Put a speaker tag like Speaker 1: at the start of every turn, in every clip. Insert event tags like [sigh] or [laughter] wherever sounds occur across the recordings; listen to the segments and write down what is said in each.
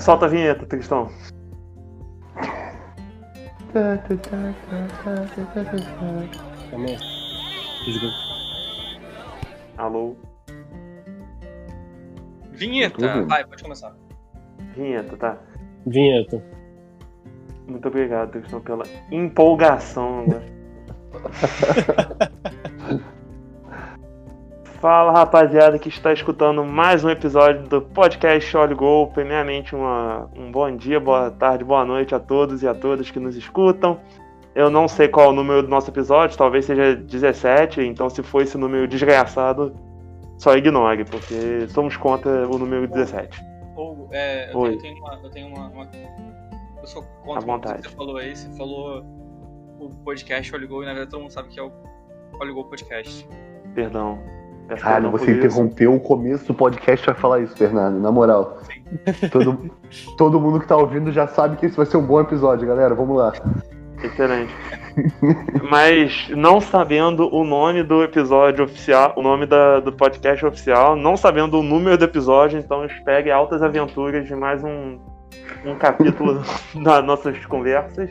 Speaker 1: Solta a vinheta, Tristão.
Speaker 2: Também. Desligou.
Speaker 1: Alô,
Speaker 3: Vinheta!
Speaker 2: Tudo.
Speaker 3: Vai, pode começar.
Speaker 1: vinheta, tá?
Speaker 2: Vinheta.
Speaker 1: Muito obrigado, Tristão, pela empolgação agora. Fala rapaziada que está escutando mais um episódio do podcast Olho Gol. Primeiramente, uma- um bom dia, boa tarde, boa noite a todos e a todas que nos escutam. Eu não sei qual o número do nosso episódio, talvez seja 17, então se for esse número desgraçado, só ignore, porque somos contra o número 17.
Speaker 3: Ou, é, eu
Speaker 1: Oi.
Speaker 3: tenho- eu tenho uma. Eu tenho uma, uma- Eu sou contra
Speaker 1: À
Speaker 3: o que
Speaker 1: vontade.
Speaker 3: você falou aí. Você falou o podcast Olho Gol e na verdade todo mundo sabe que é o Olho Gol Podcast.
Speaker 1: Perdão. Peço
Speaker 4: Caralho,
Speaker 1: perdão por
Speaker 4: você
Speaker 1: isso.
Speaker 4: interrompeu o começo do podcast pra falar isso, Fernando, na moral. Todo, todo mundo que tá ouvindo já sabe que esse vai ser um bom episódio, galera. Vamos lá.
Speaker 1: Excelente. Mas não sabendo o nome do episódio oficial, o nome da- do podcast oficial, não sabendo o número do episódio, então espere altas aventuras de mais um, um capítulo [laughs] das nossas conversas.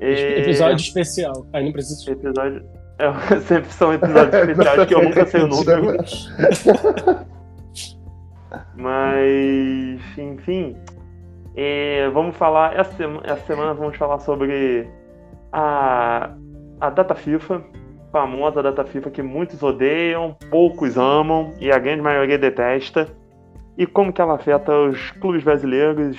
Speaker 1: É.
Speaker 2: Episódio especial. Aí não precisa.
Speaker 1: Episódio. é, [laughs] sempre são episódios especiais que eu nunca sei o nome. Mas, enfim, é, vamos falar. Essa, sema- essa semana vamos falar sobre a, a data FIFA, famosa data FIFA que muitos odeiam, poucos amam e a grande maioria detesta, e como que ela afeta os clubes brasileiros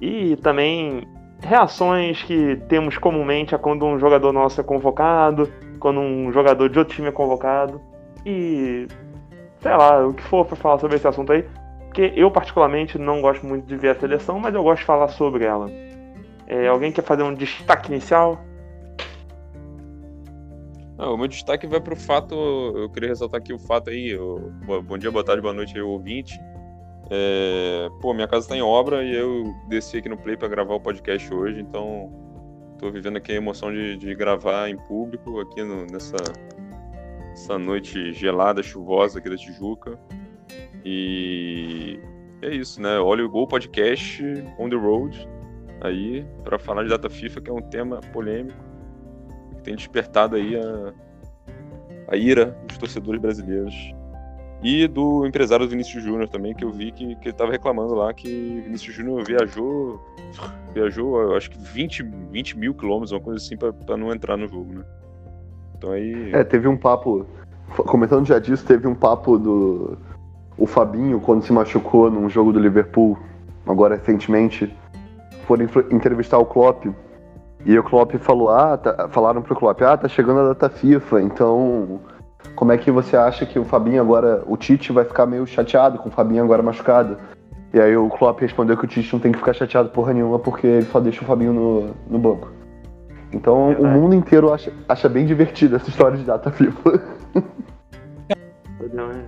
Speaker 1: e também reações que temos comumente a quando um jogador nosso é convocado, quando um jogador de outro time é convocado e sei lá, o que for pra falar sobre esse assunto aí. Porque eu, particularmente, não gosto muito de ver a seleção, mas eu gosto de falar sobre ela. É, alguém quer fazer um destaque inicial?
Speaker 5: Não, Ah, o meu destaque vai pro fato. Eu queria ressaltar aqui o fato aí. o- bo- bom dia, boa tarde, boa noite aí, ouvinte. É, pô, minha casa tá em obra e eu desci aqui no Play pra gravar o podcast hoje, então tô vivendo aqui a emoção de, de gravar em público aqui no- nessa essa noite gelada, chuvosa aqui da Tijuca. E é isso, né? Olha o Gol Podcast on the road aí pra falar de data FIFA, que é um tema polêmico que tem despertado aí a, a ira dos torcedores brasileiros. E do empresário Vinícius Júnior também, que eu vi que, que ele tava reclamando lá que Vinícius Júnior viajou, viajou eu acho que 20, 20 mil quilômetros, uma coisa assim, pra- pra não entrar no jogo, né? Então aí.
Speaker 4: É, teve um papo. Comentando já disso, teve um papo do. O Fabinho, quando se machucou num jogo do Liverpool, agora recentemente, foram influ- entrevistar o Klopp. E o Klopp falou: Ah, tá- falaram pro Klopp, ah, tá chegando a data FIFA, então. Como é que você acha que o Fabinho agora. O Tite vai ficar meio chateado com o Fabinho agora machucado? E aí o Klopp respondeu que o Tite não tem que ficar chateado porra nenhuma porque ele só deixa o Fabinho no, no banco. Então o
Speaker 1: Verdade.
Speaker 4: mundo inteiro acha, acha bem divertida essa história de data FIFA.
Speaker 1: É.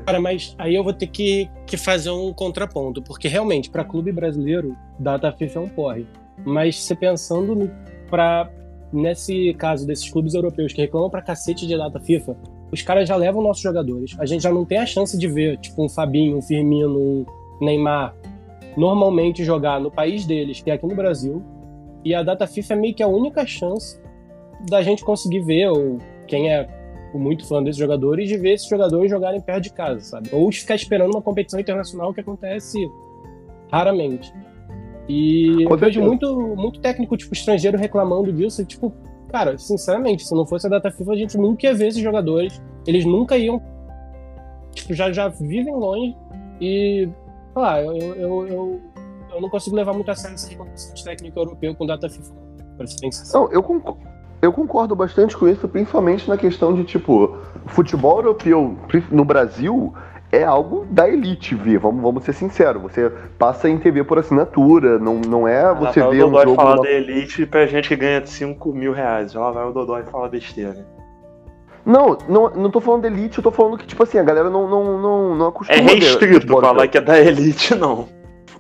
Speaker 2: Cara, mas aí eu vou ter que, que fazer um contraponto, porque realmente, para clube brasileiro, data FIFA é um porre. Mas você pensando no, pra, nesse caso desses clubes europeus que reclamam pra cacete de data FIFA, os caras já levam nossos jogadores. A gente já não tem a chance de ver, tipo, um Fabinho, um Firmino, um Neymar, normalmente jogar no país deles, que é aqui no Brasil. E a data FIFA é meio que a única chance da gente conseguir ver, ou quem é fico muito fã desses jogadores de ver esses jogadores jogarem perto de casa, sabe? Ou de ficar esperando uma competição internacional que acontece raramente. E
Speaker 4: Com
Speaker 2: eu vejo
Speaker 4: certeza.
Speaker 2: muito, muito técnico, tipo, estrangeiro reclamando disso. e, Tipo, cara, sinceramente, se não fosse a data FIFA, a gente nunca ia ver esses jogadores. Eles nunca iam. Tipo, já, já vivem longe. E, sei lá, eu, eu, eu, eu, eu não consigo levar muito a sério essa reclamação de técnico europeu com data FIFA. Pra ser bem sincero.
Speaker 4: Não, eu, conc- eu concordo bastante com isso, principalmente na questão de, tipo, futebol europeu pri- no Brasil é algo da elite ver, vamos, vamos ser sinceros. Você passa em TV por assinatura, não, não é você
Speaker 1: Rafael
Speaker 4: ver um
Speaker 1: Dodói
Speaker 4: jogo.
Speaker 1: falar
Speaker 4: numa-
Speaker 1: da Elite pra gente que ganha 5 mil reais. Lá vai o Dodói falar besteira.
Speaker 4: Não, não, não tô falando da elite, eu tô falando que, tipo assim, a galera não, não, não, não
Speaker 1: É
Speaker 4: acostuma. a ver
Speaker 1: restrito
Speaker 4: futebol
Speaker 1: falar
Speaker 4: europeu.
Speaker 1: que é da Elite, não.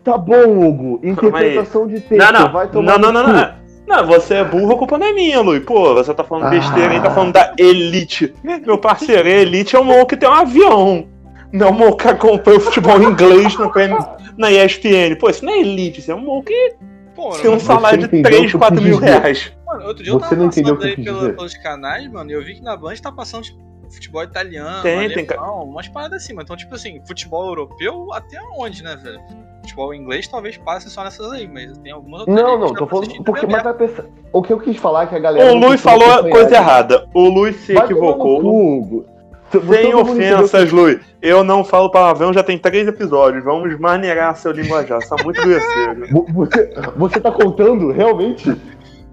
Speaker 4: Tá bom, Hugo. Interpretação de texto.
Speaker 1: Não, não.
Speaker 4: Vai tomar
Speaker 1: Não, não, não,
Speaker 4: no cu. Ah.
Speaker 1: não. Não, você é burro, a culpa não é minha, Lui. Pô, você tá falando besteira aí, tá falando da Elite. Meu parceiro, a Elite é um maluco que tem um avião. Não, Mouca acompanha o futebol inglês no, na ESPN. Pô, isso não é elite, isso é um Mouca que
Speaker 3: Pô,
Speaker 1: tem um
Speaker 4: Você
Speaker 1: salário de
Speaker 4: entendeu
Speaker 1: 3,
Speaker 4: o que eu
Speaker 1: 4 mil
Speaker 4: quis dizer.
Speaker 1: reais.
Speaker 3: mano, outro dia eu
Speaker 4: Você
Speaker 3: tava
Speaker 4: não entendeu o
Speaker 3: passando
Speaker 4: que eu
Speaker 3: aí
Speaker 4: quis
Speaker 3: pela-
Speaker 4: dizer.
Speaker 3: pelos canais, mano, e eu vi que na Band tá passando, tipo, futebol italiano,
Speaker 1: Tem,
Speaker 3: alemão,
Speaker 1: tem ca-
Speaker 3: umas paradas assim, mano. Então, tipo assim, futebol europeu até onde, né, velho? Futebol inglês talvez passe só nessas aí, mas tem algumas outras
Speaker 4: Não,
Speaker 3: aí que
Speaker 4: não,
Speaker 3: dá
Speaker 4: tô
Speaker 3: pra
Speaker 4: falando.
Speaker 3: assistir
Speaker 4: Porque,
Speaker 3: também.
Speaker 4: mas vai pensar. O que eu quis falar é que a galera.
Speaker 1: O
Speaker 4: não
Speaker 1: Luiz
Speaker 4: costuma
Speaker 1: falou
Speaker 4: acompanhar.
Speaker 1: coisa errada. O Luiz se
Speaker 4: Vai tomar no
Speaker 1: equivocou.
Speaker 4: cu, Hugo. Você- tá
Speaker 1: Sem
Speaker 4: todo mundo entendeu
Speaker 1: ofensas, Luiz. Eu não falo palavrão, já tem três episódios. Vamos maneirar seu linguajar. Você tá muito grosseiro.
Speaker 4: Vo- Você, você tá contando realmente?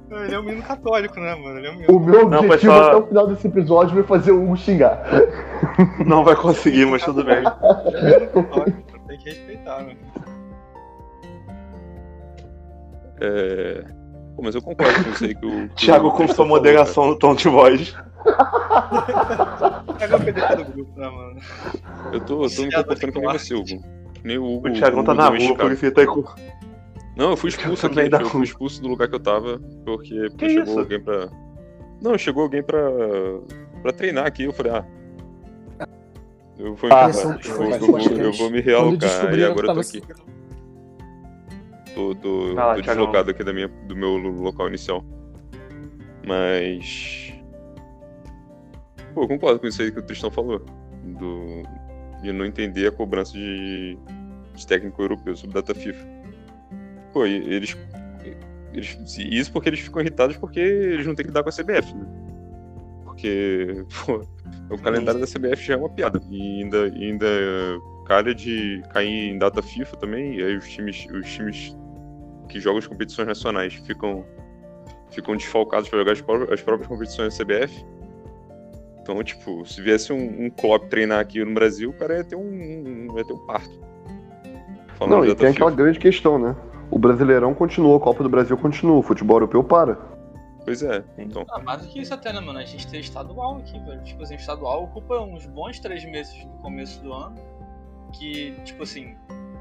Speaker 3: Ele é um menino católico, né, mano? Ele é um menino
Speaker 4: O meu
Speaker 1: Não,
Speaker 4: objetivo
Speaker 1: pessoal.
Speaker 4: até o final desse episódio foi fazer o Hugo xingar.
Speaker 1: Não vai conseguir, mas tudo bem.
Speaker 3: católico, tem É, que respeitar, mano.
Speaker 5: É... Pô, mas eu concordo com isso aí
Speaker 1: [laughs]
Speaker 5: que o. que
Speaker 1: Thiago,
Speaker 5: o
Speaker 1: com
Speaker 5: Christian
Speaker 1: sua
Speaker 5: falou,
Speaker 1: moderação no tom de voz.
Speaker 3: É o PDT do grupo, né, mano?
Speaker 5: cara. Eu tô, eu tô me
Speaker 3: Thiago,
Speaker 5: comportando que nem
Speaker 3: claro.
Speaker 5: você, Hugo. Que Nem o Hugo.
Speaker 1: O Thiagão tá
Speaker 5: Hugo
Speaker 1: na
Speaker 5: do
Speaker 1: rua,
Speaker 5: Chicago.
Speaker 1: por isso ele tá aí com.
Speaker 5: Não, eu fui expulso
Speaker 1: Eu também
Speaker 5: aqui,
Speaker 1: da
Speaker 5: eu
Speaker 1: rua.
Speaker 5: fui expulso do lugar que eu tava, porque, porque
Speaker 1: Que
Speaker 5: chegou
Speaker 1: isso?
Speaker 5: alguém pra. Não, chegou alguém pra. pra treinar aqui, eu falei, ah. Eu vou,
Speaker 4: Ah,
Speaker 5: eu
Speaker 2: são
Speaker 5: vou-
Speaker 2: pessoas
Speaker 5: eu vou- eu
Speaker 2: importantes.
Speaker 5: vou me
Speaker 2: Quando
Speaker 5: realocar, e
Speaker 2: descobriram que
Speaker 5: agora eu
Speaker 2: tava
Speaker 5: tô aqui. Tô, tô,
Speaker 1: Vai lá,
Speaker 5: tô
Speaker 1: Thiagão.
Speaker 5: deslocado aqui da minha, do meu lo- local inicial. Mas. Pô, eu concordo com isso aí que o Tristão falou. Do... De não entender a cobrança de, de técnico europeu sobre data FIFA. Pô, e eles, eles. Isso porque eles ficam irritados porque eles não têm que dar com a CBF, né? Porque, [laughs] pô, o calendário da CBF já é uma piada. E ainda, e ainda calha de cair em data FIFA também, e aí os times, os times que jogam as competições nacionais ficam, ficam desfalcados para jogar as, pró- as próprias competições da CBF. Então, tipo, se viesse um, um Klopp treinar aqui no Brasil, o cara ia ter um, um- ia ter um parto. Falando
Speaker 4: Não,
Speaker 5: de
Speaker 4: e
Speaker 5: data
Speaker 4: tem
Speaker 5: FIFA.
Speaker 4: aquela grande questão, né? O Brasileirão continua, a Copa do Brasil continua, o futebol europeu para.
Speaker 5: Pois é, então.
Speaker 3: Ah, mais do que isso até, né, mano? A gente tem estadual aqui, velho. Tipo assim, estadual ocupa uns bons três meses do começo do ano. Que, tipo assim,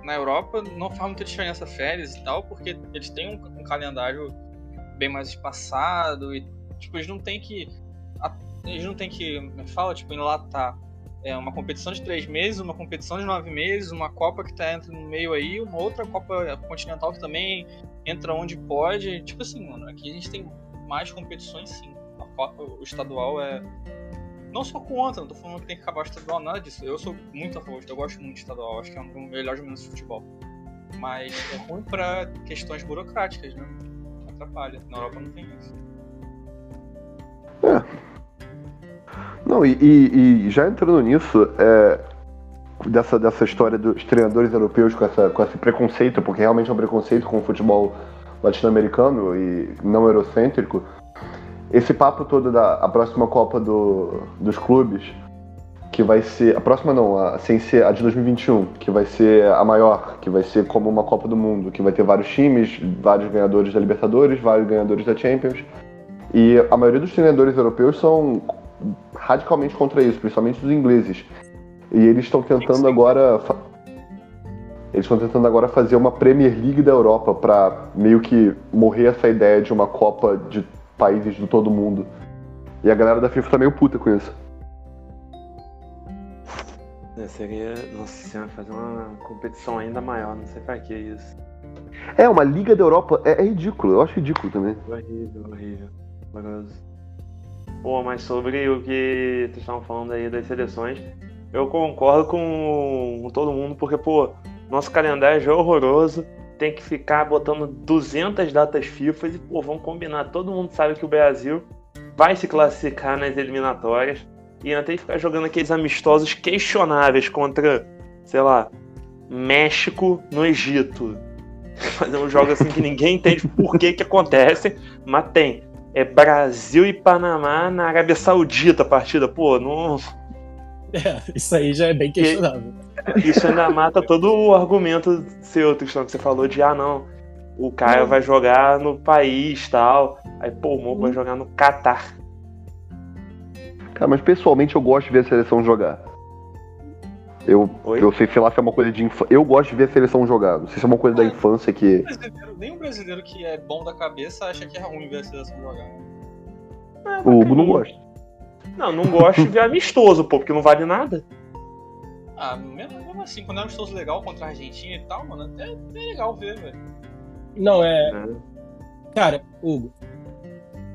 Speaker 3: na Europa não faz muita diferença férias e tal, porque eles têm um, um calendário bem mais espaçado e, tipo, eles não têm que... a- Eles não têm que, como é que fala, tipo, enlatar é, uma competição de três meses, uma competição de nove meses, uma Copa que tá entre no meio aí, uma outra Copa Continental que também entra onde pode. Tipo assim, mano, aqui a gente tem mais competições sim. A Copa, o estadual é. Não sou contra, não tô falando que tem que acabar o estadual, nada disso. Eu sou muito a favor, eu gosto muito de estadual, acho que é um dos melhores momentos de futebol. Mas é ruim pra questões burocráticas, né? Atrapalha. Na Europa não tem isso.
Speaker 4: Não, e, e- e já entrando nisso, é, dessa, dessa história dos treinadores europeus com, essa, com esse preconceito, porque realmente é um preconceito com o futebol latino-americano e não eurocêntrico, esse papo todo da a próxima Copa do- dos Clubes, que vai ser. A próxima não, a, sem ser a de 2021, que vai ser a maior, que vai ser como uma Copa do Mundo, que vai ter vários times, vários ganhadores da Libertadores, vários ganhadores da Champions. E a maioria dos treinadores europeus são radicalmente contra isso, principalmente dos ingleses. E eles estão tentando agora. fa- Eles estão tentando agora fazer uma Premier League da Europa para meio que morrer essa ideia de uma Copa de países de todo mundo. E a galera da FIFA tá meio puta com isso.
Speaker 1: É, seria. Nossa senhora, fazer uma competição ainda maior, não sei pra que isso.
Speaker 4: É, uma Liga da Europa é, é ridículo, eu acho ridículo também.
Speaker 1: Horrível, horrível. Pô, mas sobre o que vocês estavam falando aí das seleções, eu concordo com, com todo mundo, porque, pô, nosso calendário já é horroroso, tem que ficar botando 200 datas FIFA e, pô, vamos combinar. Todo mundo sabe que o Brasil vai se classificar nas eliminatórias e até ficar jogando aqueles amistosos questionáveis contra, sei lá, México no Egito. [laughs] Fazer um jogo assim que ninguém entende por que que acontece, mas tem é Brasil e Panamá na Arábia Saudita a partida. Pô, não... Oh.
Speaker 2: É, [laughs] isso aí já é bem questionável.
Speaker 1: isso ainda mata todo o argumento seu, Tristão, que você falou de, ah, não, o Caio vai jogar no país tal. Aí, pô, o
Speaker 2: Hum.
Speaker 1: Moco vai jogar no Catar.
Speaker 4: Cara, mas pessoalmente eu gosto de ver a seleção jogar. Eu,
Speaker 1: Oi?
Speaker 4: eu sei, sei lá, se é uma coisa de infância. Eu gosto de ver a seleção jogar. Não sei se é uma coisa da infância que.
Speaker 3: Brasileiro- nem um brasileiro que é bom da cabeça acha que é ruim ver a seleção jogar.
Speaker 4: O Hugo não gosta.
Speaker 1: Não, não gosto de ver amistoso, pô, porque não vale nada.
Speaker 3: Ah, mesmo, mesmo assim, quando era um amistoso legal contra a Argentina e tal, mano, até, até é legal ver, velho.
Speaker 2: Não, é.
Speaker 1: né?
Speaker 2: Cara, Hugo.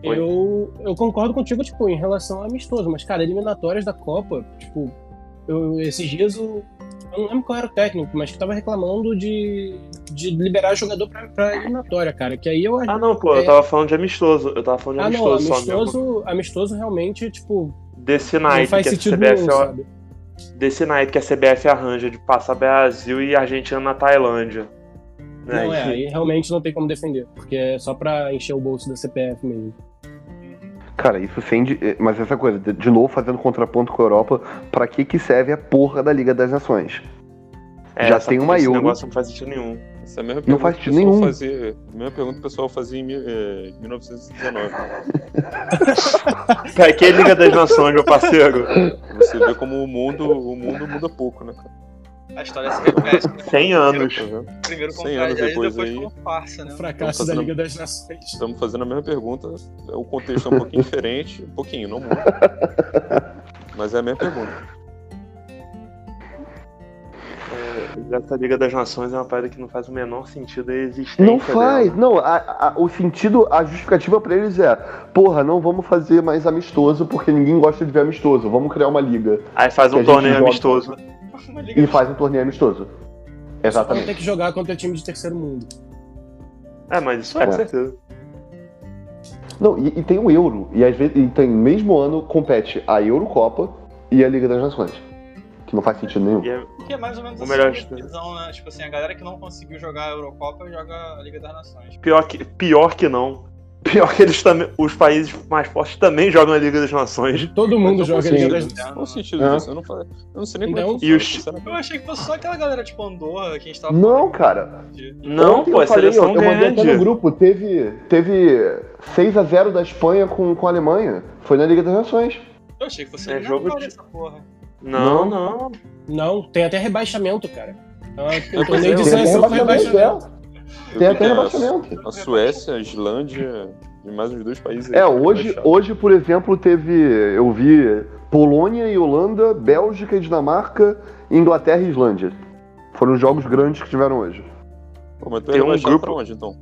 Speaker 1: Oi.
Speaker 2: Eu, eu concordo contigo, tipo, em relação a amistoso, mas, cara, eliminatórias da Copa, tipo, eu, esses dias o. Eu não lembro qual era o técnico, mas que tava reclamando de, de liberar jogador pra, pra eliminatória, cara. Que aí eu
Speaker 1: Ah, não, pô, eu
Speaker 2: É.
Speaker 1: tava falando de amistoso. Eu tava falando de
Speaker 2: Ah, não,
Speaker 1: amistoso, só mesmo.
Speaker 2: amistoso, amistoso realmente, tipo,
Speaker 1: Desse
Speaker 2: não
Speaker 1: night
Speaker 2: faz
Speaker 1: que a
Speaker 2: sentido
Speaker 1: CBF
Speaker 2: nenhum,
Speaker 1: ó,
Speaker 2: sabe?
Speaker 1: desse night que a CBF arranja de passar Brasil e Argentina na Tailândia. Né?
Speaker 2: Não é,
Speaker 1: E-
Speaker 2: aí realmente não tem como defender, porque é só pra encher o bolso da CPF mesmo.
Speaker 4: Cara, isso sem. de- eh, Mas essa coisa, de de novo fazendo contraponto com a Europa, pra que que serve a porra da Liga das Nações?
Speaker 1: é,
Speaker 4: Já
Speaker 1: essa-
Speaker 4: tem uma
Speaker 1: esse
Speaker 4: Euro.
Speaker 1: negócio não faz sentido nenhum.
Speaker 5: Essa é a mesma pergunta
Speaker 4: Não faz
Speaker 5: que o
Speaker 4: sentido
Speaker 5: pessoal
Speaker 4: nenhum.
Speaker 5: fazia- a mesma pergunta que o pessoal fazia em mil- eh, 1919.
Speaker 1: Cara, que é Liga das Nações, meu parceiro.
Speaker 5: Você vê como o mundo, o mundo muda pouco, né? cara?
Speaker 3: A história se repete. né?
Speaker 1: 100 anos.
Speaker 5: Tá vendo?
Speaker 3: Primeiro
Speaker 5: 100
Speaker 3: contra a
Speaker 5: anos
Speaker 3: Argentina,
Speaker 5: depois
Speaker 3: depois,
Speaker 5: aí.
Speaker 3: com a farsa, né?
Speaker 2: Fracasso da
Speaker 5: fazendo-
Speaker 2: Liga das Nações.
Speaker 5: Estamos fazendo a mesma pergunta. O contexto é um pouquinho diferente. Um pouquinho, não muito. Mas é a mesma pergunta.
Speaker 1: É, Essa Liga das Nações é uma parada que não faz o menor sentido a existência
Speaker 4: Não faz,
Speaker 1: dela.
Speaker 4: não. a- a- o sentido, a justificativa pra eles é: porra, não vamos fazer mais amistoso porque ninguém gosta de ver amistoso. Vamos criar uma liga
Speaker 1: Aí faz
Speaker 4: Que a
Speaker 1: um
Speaker 4: gente
Speaker 1: torneio
Speaker 4: joga.
Speaker 1: amistoso.
Speaker 3: Uma liga
Speaker 4: e
Speaker 3: de
Speaker 4: faz um torneio amistoso.
Speaker 2: Vão ter
Speaker 4: Exatamente.
Speaker 2: que jogar contra time de terceiro mundo.
Speaker 1: É, mas isso é, com
Speaker 4: É.
Speaker 1: certeza.
Speaker 4: Não, e, e tem o Euro. E às vezes, e tem mesmo ano, compete a Eurocopa e a Liga das Nações. Que não faz sentido nenhum.
Speaker 1: E é-
Speaker 3: Que é mais ou menos
Speaker 1: O
Speaker 3: assim,
Speaker 1: melhor
Speaker 3: a
Speaker 1: de tudo.
Speaker 3: divisão, né? Tipo assim, a galera que não conseguiu jogar a Eurocopa joga a Liga das Nações.
Speaker 1: pior, que, pior que não. Pior que eles também. Os países mais fortes também jogam a Liga das Nações.
Speaker 2: Todo mundo
Speaker 5: Mas assim? não
Speaker 2: joga a
Speaker 5: faz
Speaker 2: Liga
Speaker 5: sentido.
Speaker 2: das
Speaker 5: Qual o sentido
Speaker 4: Ah.
Speaker 5: disso? Eu não, fa- eu não sei nem como
Speaker 2: Não.
Speaker 5: é que
Speaker 1: E
Speaker 5: funciona,
Speaker 1: os-
Speaker 5: sinceramente.
Speaker 3: né? Eu achei que fosse só aquela galera tipo Andorra que a gente tava
Speaker 4: Não,
Speaker 3: falando
Speaker 4: cara.
Speaker 3: de-
Speaker 1: Não,
Speaker 4: Ontem
Speaker 1: pô,
Speaker 4: eu
Speaker 1: a
Speaker 4: falei,
Speaker 1: seleção
Speaker 4: eu, eu mandei
Speaker 1: ganha
Speaker 4: até
Speaker 1: de-
Speaker 4: no grupo. Teve, teve 6x0 da Espanha com, com a Alemanha. Foi na Liga das Nações.
Speaker 3: Eu achei que fosse
Speaker 1: É
Speaker 3: eliminatória
Speaker 1: jogo de-
Speaker 3: essa porra.
Speaker 1: Não, não.
Speaker 2: Não, tem até rebaixamento, cara. Ah, Eu tô
Speaker 5: Pois
Speaker 2: nem
Speaker 5: é,
Speaker 2: de
Speaker 5: tem até
Speaker 2: seleção com
Speaker 4: rebaixamento,
Speaker 2: rebaixamento.
Speaker 5: né?
Speaker 4: Tem
Speaker 5: Eu vi que
Speaker 4: até
Speaker 5: a-
Speaker 4: rebaixamento.
Speaker 5: A Suécia, a Islândia e mais uns dois países. aí
Speaker 4: É,
Speaker 5: que
Speaker 4: hoje,
Speaker 5: rebaixaram.
Speaker 4: hoje, por exemplo, teve. Eu vi Polônia e Holanda, Bélgica e Dinamarca, Inglaterra e Islândia. Foram os jogos grandes que tiveram hoje.
Speaker 5: Pô, mas tu é
Speaker 1: tem um
Speaker 5: rebaixado
Speaker 1: grupo-
Speaker 5: pra onde, então?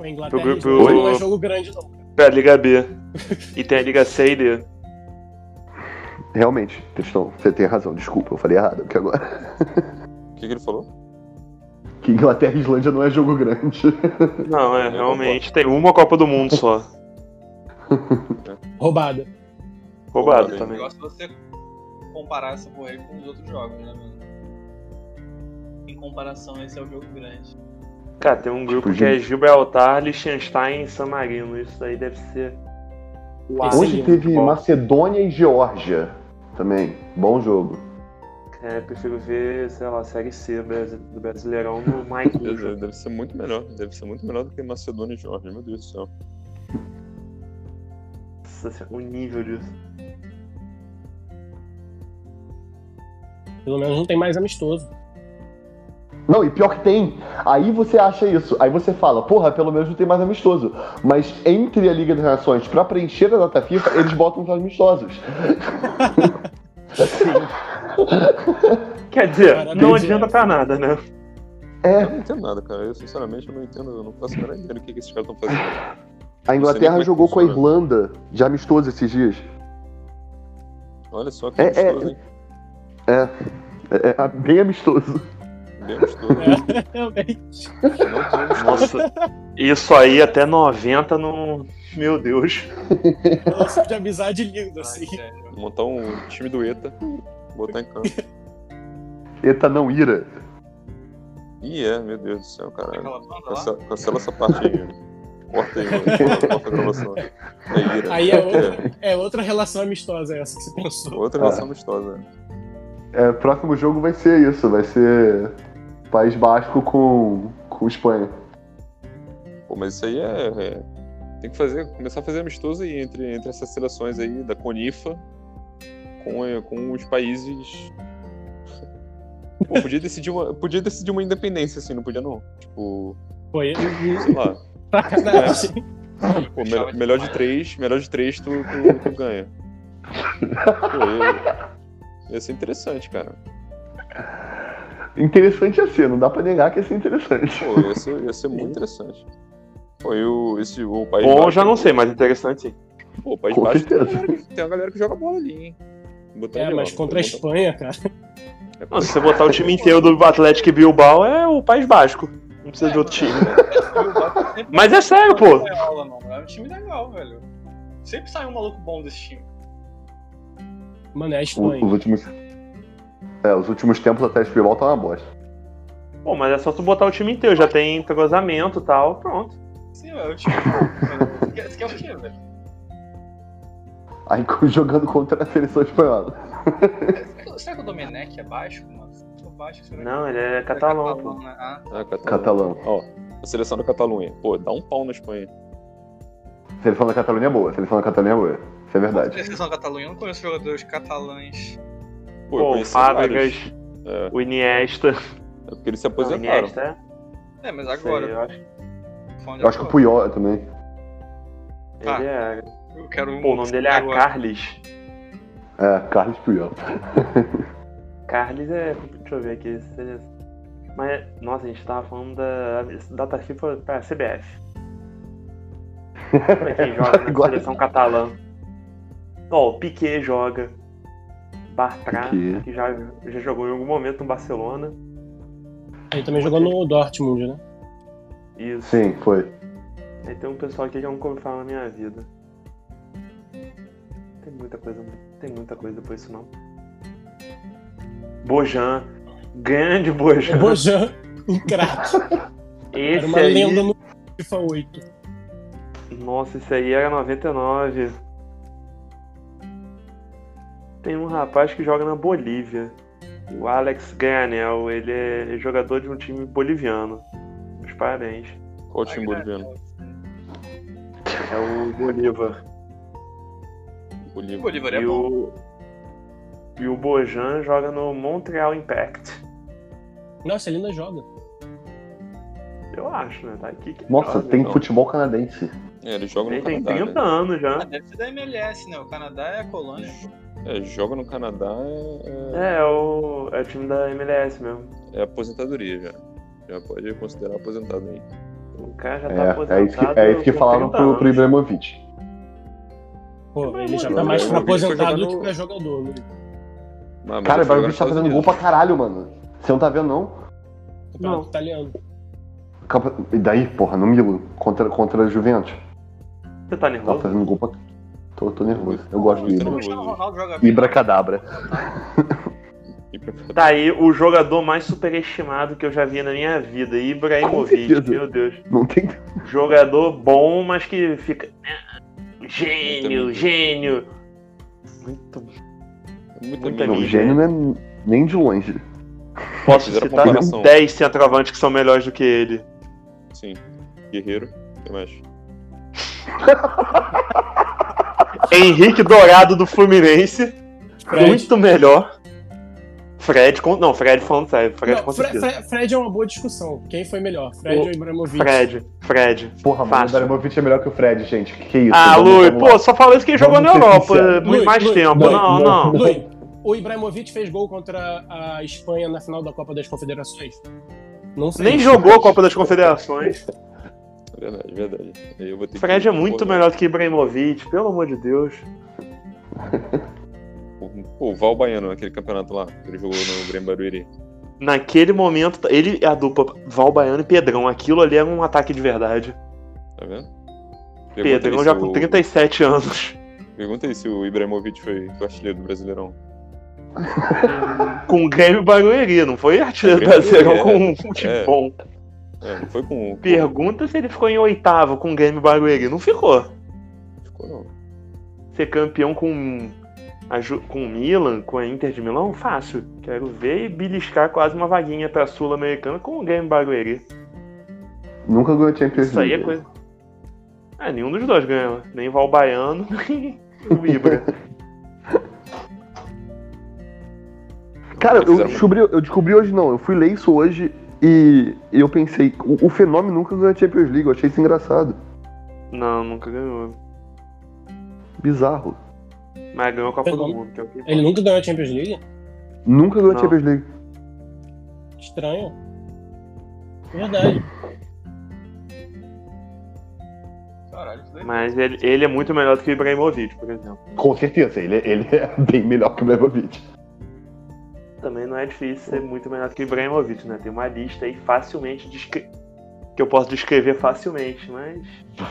Speaker 2: A Inglaterra
Speaker 1: Pro
Speaker 2: pro,
Speaker 1: grupo-
Speaker 2: não é jogo grande, não.
Speaker 1: Pra Liga B. E tem a Liga C e D.
Speaker 4: Realmente, Tristão, você tem razão, desculpa, eu falei errado, porque agora. [laughs]
Speaker 5: O que, que ele falou?
Speaker 4: um Que Inglaterra e Islândia não é jogo grande.
Speaker 1: Não, é, realmente. Tem uma Copa do Mundo só. Roubado
Speaker 2: Roubada.
Speaker 5: Roubado,
Speaker 3: Eu
Speaker 1: também.
Speaker 3: gosto de é você comparar essa porra aí com os outros jogos, né, mano? Em comparação, esse é o jogo grande.
Speaker 1: Cara, tem um grupo que é Gibraltar, Liechtenstein e San Marino. Isso aí deve ser.
Speaker 2: Esse
Speaker 4: Hoje
Speaker 2: é
Speaker 4: teve
Speaker 1: bom.
Speaker 4: Macedônia e Geórgia também. Bom jogo.
Speaker 1: É, prefiro ver, sei lá, Série C brasi- do Brasileirão no
Speaker 5: Quer dizer,
Speaker 1: Michael.
Speaker 5: é, Deve ser muito melhor. Deve ser muito melhor do que Macedônia e Georgia, meu Deus do céu.
Speaker 1: Nossa, senhora, o nível disso.
Speaker 2: Pelo menos não tem mais amistoso. [laughs]
Speaker 4: Não, e pior que tem. Aí você acha isso. Aí você fala, porra, pelo menos não tem mais amistoso. Mas entre a Liga das Nações, pra preencher a data FIFA, eles botam os amistosos.
Speaker 1: Quer dizer,
Speaker 2: Cara,
Speaker 1: não
Speaker 2: entendi.
Speaker 1: adianta pra nada, né?
Speaker 4: É,
Speaker 5: Eu não entendo nada, cara. Eu, sinceramente, eu não entendo. Eu não faço a menor ideia do que, que esses caras estão fazendo.
Speaker 4: a
Speaker 5: como é
Speaker 4: Inglaterra
Speaker 5: que
Speaker 4: jogou com a
Speaker 5: funciona.
Speaker 4: Irlanda de amistoso esses dias.
Speaker 5: Olha só que
Speaker 4: É,
Speaker 5: gostoso, hein?
Speaker 4: É, é, é, bem amistoso.
Speaker 5: Bem gostoso.
Speaker 2: É, realmente.
Speaker 5: Não tem
Speaker 1: Nossa, [laughs] isso aí até 90 não. Meu Deus.
Speaker 2: Nossa, de amizade lindo, assim.
Speaker 3: Ai, sério.
Speaker 5: montar um time do ETA, botar em campo.
Speaker 4: Eta não ira.
Speaker 5: Ih, é, meu Deus do céu, caralho.
Speaker 3: Aquela banda lá.
Speaker 5: Cancela, cancela essa parte aí. Corta aí, mano. Corta a gravação. É ira.
Speaker 2: Aí é outra, é outra relação amistosa essa que você pensou.
Speaker 5: Outra relação amistosa.
Speaker 4: É, próximo jogo vai ser isso. Vai ser País Basco com, com Espanha.
Speaker 5: Pô, mas isso aí é. é- Tem que fazer, começar a fazer amistoso aí entre, entre essas seleções aí da Conifa com, eh, com os países. Pô, podia decidir uma, podia decidir uma independência assim, não podia não. Tipo,
Speaker 2: Foi
Speaker 5: sei lá.
Speaker 2: [laughs] sacanagem.
Speaker 5: Pô, melhor, melhor de três, melhor de três tu, tu, tu ganha. Pô, ia, ia ser interessante, cara.
Speaker 4: Interessante ia ser, não dá pra negar que ia ser interessante.
Speaker 5: Pô, ia ser, ia ser muito interessante. Pô, e o, esse, o País
Speaker 1: Bom, eu
Speaker 5: Baixo.
Speaker 1: já não sei, mas interessante sim.
Speaker 5: Pô, o País
Speaker 4: Com
Speaker 5: Baixo tem uma,
Speaker 4: certeza.
Speaker 5: galera, que- tem uma galera que joga bola ali, hein? Botando
Speaker 2: É,
Speaker 5: de
Speaker 2: mas
Speaker 5: lado,
Speaker 2: contra a
Speaker 5: botando-
Speaker 2: Espanha, cara.
Speaker 5: É, pô,
Speaker 1: Não, se você botar o time inteiro do Atlético Bilbao, é o País Basco. Não precisa de outro time.
Speaker 3: é.
Speaker 1: [laughs] Mas é sério, pô.
Speaker 3: Gaiola, mano. É um time legal, velho. Sempre sai um maluco bom desse time.
Speaker 2: Mano, é a
Speaker 4: O-
Speaker 2: Espanha.
Speaker 4: Os últimos. É, os últimos tempos até de futebol tá uma bosta.
Speaker 1: Pô, mas é só tu botar o time inteiro, já tem entrosamento e tal, pronto.
Speaker 3: Sim, velho. É um time bom. [laughs] velho. Você quer o quê, velho?
Speaker 4: Aí [laughs] co- jogando contra a seleção espanhola.
Speaker 3: Será que o Domenech é baixo, mano? Eu sou baixo, será que-
Speaker 1: Não, ele é
Speaker 3: É
Speaker 1: catalão, pô.
Speaker 3: né? Ah,
Speaker 5: Ah, Catalão.
Speaker 4: Catalão.
Speaker 5: Ó, a seleção da Catalunha. Pô, dá um pau na Espanha.
Speaker 4: A seleção da Catalunha é boa, a seleção da Catalunha é boa. Isso é
Speaker 3: a
Speaker 4: verdade.
Speaker 3: seleção da Catalunha, eu não conheço jogadores catalães.
Speaker 5: Pô, eu
Speaker 1: Pô, o
Speaker 5: conheci
Speaker 1: Fábricas,
Speaker 5: vários. É,
Speaker 1: o Iniesta.
Speaker 5: é porque eles se
Speaker 1: O
Speaker 5: aposentaram.
Speaker 1: Iniesta, é?
Speaker 3: É, mas
Speaker 1: Sei,
Speaker 3: agora.
Speaker 1: eu acho
Speaker 3: falando de
Speaker 4: Eu acho que o
Speaker 3: agora.
Speaker 4: Puyol também.
Speaker 1: que
Speaker 3: Ah.
Speaker 1: ele é.
Speaker 3: Eu quero um
Speaker 1: Pô, o nome dele é
Speaker 3: agora.
Speaker 1: Carles.
Speaker 4: É, Carlos Puyol.
Speaker 1: Carles é. Deixa eu ver aqui. se ele- é- Mas, nossa, a gente tava falando da data FIFA pra CBF. pra quem joga
Speaker 5: [laughs]
Speaker 1: na
Speaker 4: Agora-
Speaker 1: seleção catalã. Ó, o Piquet joga. Bartra,
Speaker 4: Piquet.
Speaker 1: que já, já jogou em algum momento no Barcelona.
Speaker 2: Ele também jogou no Dortmund,
Speaker 1: [laughs]
Speaker 2: né?
Speaker 1: Isso.
Speaker 4: Sim, foi.
Speaker 1: Aí tem um pessoal aqui que eu nunca ouvi falar na minha vida. Tem muita coisa, tem muita coisa depois disso não. Bojan. Grande Bojan.
Speaker 2: O Bojan, um craque. Era
Speaker 1: Esse
Speaker 2: uma
Speaker 1: aí,
Speaker 2: lenda no FIFA 8.
Speaker 1: Nossa, esse aí era 99. Tem um rapaz que joga na Bolívia. O Alex Ganel, ele é jogador de um time boliviano. Meus parabéns.
Speaker 5: Qual o time boliviano?
Speaker 1: É o Bolívar.
Speaker 5: Bolívia.
Speaker 3: Bolívar é
Speaker 1: e,
Speaker 3: bom.
Speaker 1: o... e o Bojan joga no Montreal Impact.
Speaker 2: Nossa, ele ainda joga.
Speaker 1: Eu acho, né? Tá aqui que
Speaker 4: Nossa,
Speaker 1: joga.
Speaker 4: tem
Speaker 5: então.
Speaker 4: futebol canadense.
Speaker 5: É, eles jogam
Speaker 1: Ele
Speaker 5: no
Speaker 1: tem
Speaker 5: Canadá.
Speaker 1: 30
Speaker 5: né?
Speaker 1: anos
Speaker 3: Ah,
Speaker 1: já.
Speaker 3: deve ser da MLS, né? O Canadá é a colônia.
Speaker 5: É, joga no Canadá é,
Speaker 1: É, é o, é o time da MLS mesmo.
Speaker 5: é- é aposentadoria já. Já pode considerar aposentado aí.
Speaker 1: O cara já tá
Speaker 4: É, é isso que,
Speaker 1: aposentado.
Speaker 4: é isso que
Speaker 1: com
Speaker 4: falaram
Speaker 1: 30
Speaker 4: pro, pro
Speaker 1: anos.
Speaker 4: Ibrahimovic.
Speaker 2: Pô,
Speaker 1: Mas,
Speaker 2: ele já
Speaker 1: mano,
Speaker 2: tá
Speaker 1: o
Speaker 2: mais pra
Speaker 5: Ibrahimovic foi
Speaker 2: aposentado do
Speaker 5: jogar
Speaker 2: que
Speaker 5: no-
Speaker 2: pra jogador, né?
Speaker 5: Mas- mas
Speaker 4: Cara, o
Speaker 5: eles jogaram
Speaker 4: Ibrahimovic
Speaker 5: nos
Speaker 4: tá
Speaker 5: Estados
Speaker 4: fazendo gol
Speaker 5: Unidos.
Speaker 4: pra caralho, mano. Você não tá vendo, não?
Speaker 2: Campeonato
Speaker 1: Não.
Speaker 2: italiano.
Speaker 4: Campa- E daí, porra, no Milo, contra, contra a Juventus.
Speaker 1: Você tá
Speaker 4: Tá
Speaker 1: nervoso?
Speaker 4: fazendo gol pra. Tô, tô nervoso. Eu gosto do
Speaker 5: Muito
Speaker 3: O
Speaker 4: Ibra.
Speaker 5: nervoso.
Speaker 3: Cristiano Ronaldo joga bem.
Speaker 4: Ibra Cadabra.
Speaker 5: E pra-
Speaker 1: Tá aí o jogador mais superestimado que eu já vi na minha vida,
Speaker 4: Com
Speaker 1: Ibrahimovic,
Speaker 4: certeza.
Speaker 1: meu Deus.
Speaker 4: Não tem.
Speaker 1: Jogador bom, mas que fica. "Ah, Gênio,
Speaker 5: Muito
Speaker 1: gênio. Muito
Speaker 5: Muito
Speaker 1: Muita
Speaker 5: amigo.
Speaker 4: Não,
Speaker 1: mídia.
Speaker 4: gênio não é nem de longe.
Speaker 1: Posso
Speaker 5: Fizeram
Speaker 1: citar
Speaker 5: comparação.
Speaker 1: 10 centroavantes que são melhores do que ele.
Speaker 5: Sim. Guerreiro. O que mais?
Speaker 1: Henrique Dourado do Fluminense,
Speaker 2: Fred.
Speaker 1: muito melhor. Fred, com... não, Fred falando sério, Fred
Speaker 2: Não,
Speaker 1: com
Speaker 2: Fre-
Speaker 1: certeza.
Speaker 2: Fre- Fred é uma boa discussão. Quem foi melhor, Fred
Speaker 1: O-
Speaker 2: ou Ibrahimovic?
Speaker 1: Fred, Fred.
Speaker 4: Porra, mano, o
Speaker 1: Fácil.
Speaker 4: Ibrahimovic é melhor que o Fred, gente. Que, que isso?
Speaker 1: Ah,
Speaker 4: Vamos-
Speaker 1: Lui,
Speaker 4: vamos lá.
Speaker 1: pô, só fala isso quem jogou na
Speaker 4: Vamos ser
Speaker 1: Europa
Speaker 4: sinceros.
Speaker 1: muito
Speaker 2: Lui,
Speaker 1: mais
Speaker 2: Lui,
Speaker 1: tempo.
Speaker 2: Lui,
Speaker 1: não,
Speaker 4: Lui.
Speaker 1: não.
Speaker 2: Lui, o Ibrahimovic fez gol contra a Espanha na final da Copa das Confederações? Não fez.
Speaker 1: Nem jogou a Copa das Confederações.
Speaker 5: Verdade, verdade. Aí eu vou ter que
Speaker 1: Fred é muito
Speaker 5: concordar.
Speaker 1: melhor do que Ibrahimovic, pelo amor de Deus.
Speaker 5: Pô, o Val Baiano, aquele campeonato lá, que ele jogou no Grêmio Barueri.
Speaker 1: Naquele momento, ele e a dupla Val Baiano e Pedrão, aquilo ali era um ataque de verdade.
Speaker 5: Tá vendo? Pergunta aí
Speaker 1: Pedrão
Speaker 5: se
Speaker 1: já com
Speaker 5: o-
Speaker 1: 37 anos,
Speaker 5: Pergunta aí se o Ibrahimovic foi o artilheiro do Brasileirão.
Speaker 1: com o Grêmio Barueri, não foi artilheiro
Speaker 5: Grêmio
Speaker 1: brasileiro
Speaker 5: Barueri,
Speaker 1: com um time
Speaker 5: é.
Speaker 1: bom.
Speaker 5: É, não foi com o.
Speaker 1: Pergunta se ele ficou em oitavo com o Grêmio Barueri. Não ficou.
Speaker 5: Ficou não.
Speaker 1: Ser campeão com, a Ju- com o Milan, com a Inter de Milão, fácil. Quero ver e beliscar quase uma vaguinha pra Sul-Americana com o Grêmio Barueri.
Speaker 4: Nunca ganhou Champions
Speaker 1: Isso aí é
Speaker 4: League.
Speaker 1: coisa. Ah, nenhum dos dois ganhou. Nem o Valbaiano, [laughs] nem o Ibra.
Speaker 4: [laughs] Cara, eu
Speaker 1: é
Speaker 5: Fizeram-
Speaker 4: descobri, eu descobri hoje não. Eu fui ler isso hoje e e eu pensei, o, o fenômeno nunca ganhou Champions League. Eu achei isso engraçado.
Speaker 1: Não, nunca ganhou.
Speaker 4: Bizarro.
Speaker 1: Mas ganhou a Copa do
Speaker 2: Perdão.
Speaker 1: Mundo. que é o que importa.
Speaker 2: Ele nunca ganhou a Champions League?
Speaker 4: Nunca ganhou
Speaker 1: Não.
Speaker 4: Champions League.
Speaker 2: Estranho. Verdade.
Speaker 3: Caralho, isso daí.
Speaker 1: Mas ele, ele é muito melhor do que o Ibrahimovic, por exemplo.
Speaker 4: Com certeza, ele, ele [laughs] é bem melhor que o Ibrahimovic.
Speaker 1: Também não é difícil ser muito melhor do que o Ibrahimovic, né? Tem uma lista aí facilmente descri- que eu posso descrever facilmente, mas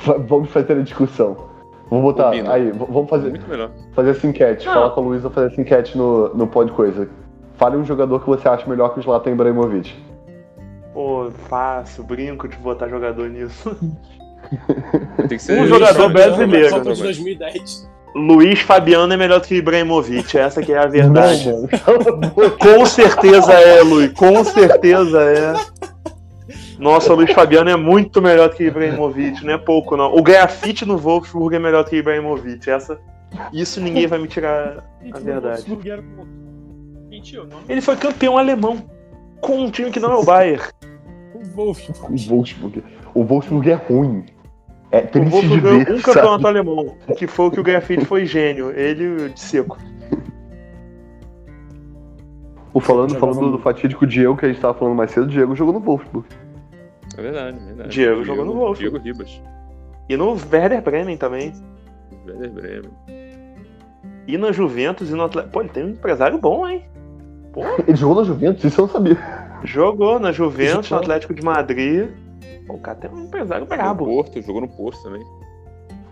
Speaker 4: V- [laughs] Vamos fazer a discussão. Vou botar.
Speaker 5: Combina.
Speaker 4: Aí, v- vamos fazer,
Speaker 5: Muito melhor.
Speaker 4: fazer essa enquete.
Speaker 1: Não.
Speaker 4: Falar com a Luísa fazer essa enquete no, no Pod Coisa. Fale um jogador que você acha melhor que o Zlatan Ibrahimovic.
Speaker 1: pô, fácil, brinco de botar jogador nisso. [laughs]
Speaker 5: Tem que ser né?
Speaker 1: Um
Speaker 2: Eu
Speaker 1: jogador
Speaker 2: sou
Speaker 1: brasileiro. né,
Speaker 2: Copa de 2010.
Speaker 1: Luiz Fabiano é melhor do que o Ibrahimovic, essa que é a verdade.
Speaker 4: Não, mano. Cala a boca.
Speaker 1: Com certeza é, Luiz. Com certeza é. Nossa, o Luiz Fabiano é muito melhor que o Ibrahimovic, não é pouco, não. O grafite no Wolfsburg é melhor que o Ibrahimovic. Essa, isso ninguém vai me tirar
Speaker 2: É
Speaker 1: a É verdade.
Speaker 3: Mentiu, não.
Speaker 1: Ele foi campeão alemão com um time que não é o Bayern.
Speaker 2: O Wolf.
Speaker 4: O Wolfsburg. O Wolfsburg é ruim. É
Speaker 1: O
Speaker 4: triste de
Speaker 1: Wolfsburg
Speaker 4: ver.
Speaker 1: ganhou um
Speaker 4: sabe?
Speaker 1: campeonato alemão, que foi o que o grafite foi gênio. Ele e o de seco.
Speaker 4: O falando,
Speaker 2: Jogava
Speaker 4: falando do
Speaker 2: muito.
Speaker 4: fatídico Diego que a gente tava falando mais cedo, o Diego jogou no Wolfsburg.
Speaker 5: É verdade, é verdade.
Speaker 1: Diego jogou no Wolf.
Speaker 5: Diego Ribas.
Speaker 1: E no Werder Bremen também.
Speaker 5: Werder Bremen.
Speaker 1: E na Juventus e no Atlético. Pô, ele tem um empresário bom, hein?
Speaker 4: Ele jogou na Juventus, isso eu não sabia.
Speaker 1: Jogou na Juventus, no
Speaker 2: Jogou.
Speaker 1: Atlético de Madrid. Pô, o cara tem um empresário
Speaker 5: No
Speaker 1: brabo.
Speaker 5: Porto, jogou no Porto também.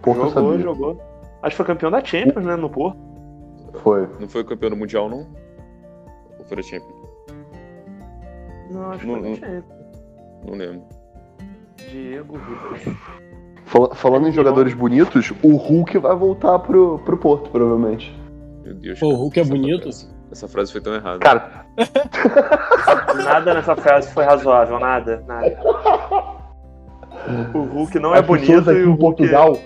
Speaker 4: Pouco eu
Speaker 1: Jogou,
Speaker 4: sabia.
Speaker 1: jogou. Acho que foi campeão da Champions, né? No Porto.
Speaker 4: Foi.
Speaker 5: Não foi campeão do Mundial, não? Ou foi da Champions?
Speaker 1: Não, acho que
Speaker 5: Não,
Speaker 1: foi da
Speaker 5: não.
Speaker 1: Champions.
Speaker 5: Não lembro.
Speaker 1: Diego Ribas.
Speaker 4: Fala- falando em jogadores bonitos, o Hulk vai voltar pro, pro Porto, provavelmente.
Speaker 5: Meu Deus.
Speaker 2: Pô, o Hulk é
Speaker 5: essa
Speaker 2: bonito.
Speaker 5: Frase, essa frase foi tão errada.
Speaker 4: Cara,
Speaker 1: Nada nessa frase foi razoável, nada, nada. O Hulk não é
Speaker 4: as pessoas
Speaker 1: bonito
Speaker 4: aqui
Speaker 1: e o
Speaker 4: em
Speaker 1: Hulk.
Speaker 4: Portugal.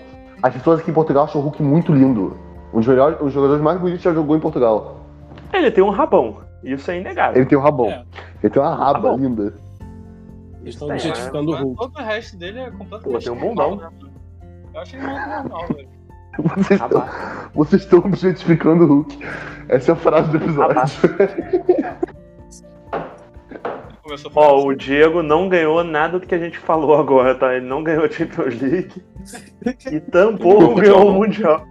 Speaker 4: As pessoas aqui em Portugal acham o Hulk muito lindo. Um dos melhores, um dos jogadores mais bonitos que já jogou em Portugal.
Speaker 1: Ele tem um rabão. Isso é inegável.
Speaker 4: Ele tem um rabão.
Speaker 2: É.
Speaker 4: Ele tem uma raba
Speaker 1: Rabão.
Speaker 4: linda.
Speaker 2: Eles estão
Speaker 1: Tem,
Speaker 2: objetificando o
Speaker 3: Mas
Speaker 2: Hulk.
Speaker 3: Todo o resto dele é completamente.
Speaker 1: Pô, tem um bundão.
Speaker 3: normal, né, mano? Eu achei ele muito normal, velho.
Speaker 4: [laughs]
Speaker 1: um
Speaker 4: Vocês estão,
Speaker 1: Rabá.
Speaker 4: vocês estão objetificando o Hulk. Essa é a frase do
Speaker 1: Rabá.
Speaker 4: episódio. [laughs]
Speaker 3: Começou a falar
Speaker 1: Ó,
Speaker 3: assim,
Speaker 1: o Diego não ganhou nada do que a gente falou agora, tá? Ele não ganhou a Champions League
Speaker 2: É,
Speaker 1: e tampouco ganhou o Mundial.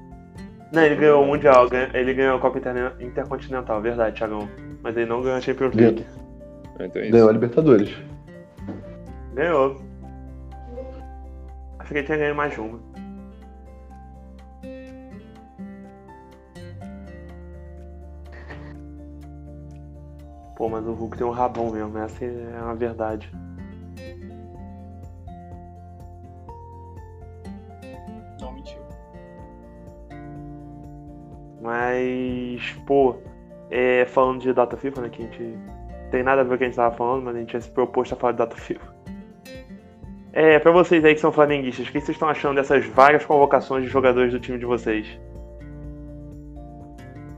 Speaker 1: Não, ele ganhou o Mundial, ganha- ele ganhou a Copa Interne- Intercontinental, verdade, Thiagão. Mas ele não ganhou a Champions League.
Speaker 5: Ah, Então é isso.
Speaker 4: Ganhou a Libertadores.
Speaker 1: Ganhou. Achei que ele tinha ganho mais uma. Pô, mas o Hulk tem um rabão mesmo, essa é a verdade.
Speaker 3: assim, Não, mentiu.
Speaker 1: Mas, pô, é, falando de data FIFA, né? Que a gente. Tem nada a ver com o que a gente tava falando, mas a gente tinha se proposto a falar de data FIFA. É, pra vocês aí que são flamenguistas, o que vocês estão achando dessas várias convocações de jogadores do time de vocês?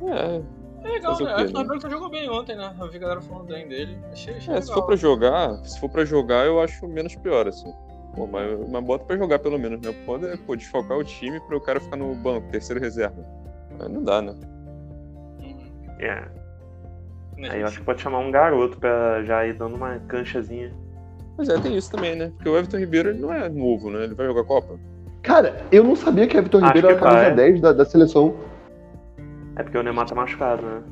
Speaker 5: É,
Speaker 3: É legal,
Speaker 5: Fazer o
Speaker 3: né?
Speaker 5: quê,
Speaker 3: Acho que o
Speaker 5: né?
Speaker 3: Roberto jogou bem ontem, né? Eu vi a galera falando bem dele. Achei, achei
Speaker 5: é, se
Speaker 3: legal.
Speaker 5: for pra jogar, se for pra jogar, eu acho menos pior, assim. Pô, mas, mas bota pra jogar pelo menos, né? Pode é, pô, desfocar o time pra o cara ficar no banco, terceiro reserva. Mas não dá, né?
Speaker 3: Uhum.
Speaker 1: É,
Speaker 3: hum.
Speaker 1: aí eu acho que pode chamar um garoto pra já ir dando uma canchazinha.
Speaker 5: Mas é, tem isso também, né? Porque o Everton Ribeiro ele não é novo, né? Ele vai jogar Copa.
Speaker 4: Cara, eu não sabia que a Vitor
Speaker 1: Acho
Speaker 4: Ribeiro
Speaker 1: que
Speaker 4: era a camisa
Speaker 1: tá, é.
Speaker 4: 10 da, da seleção.
Speaker 1: É porque o Neymar tá machucado, né?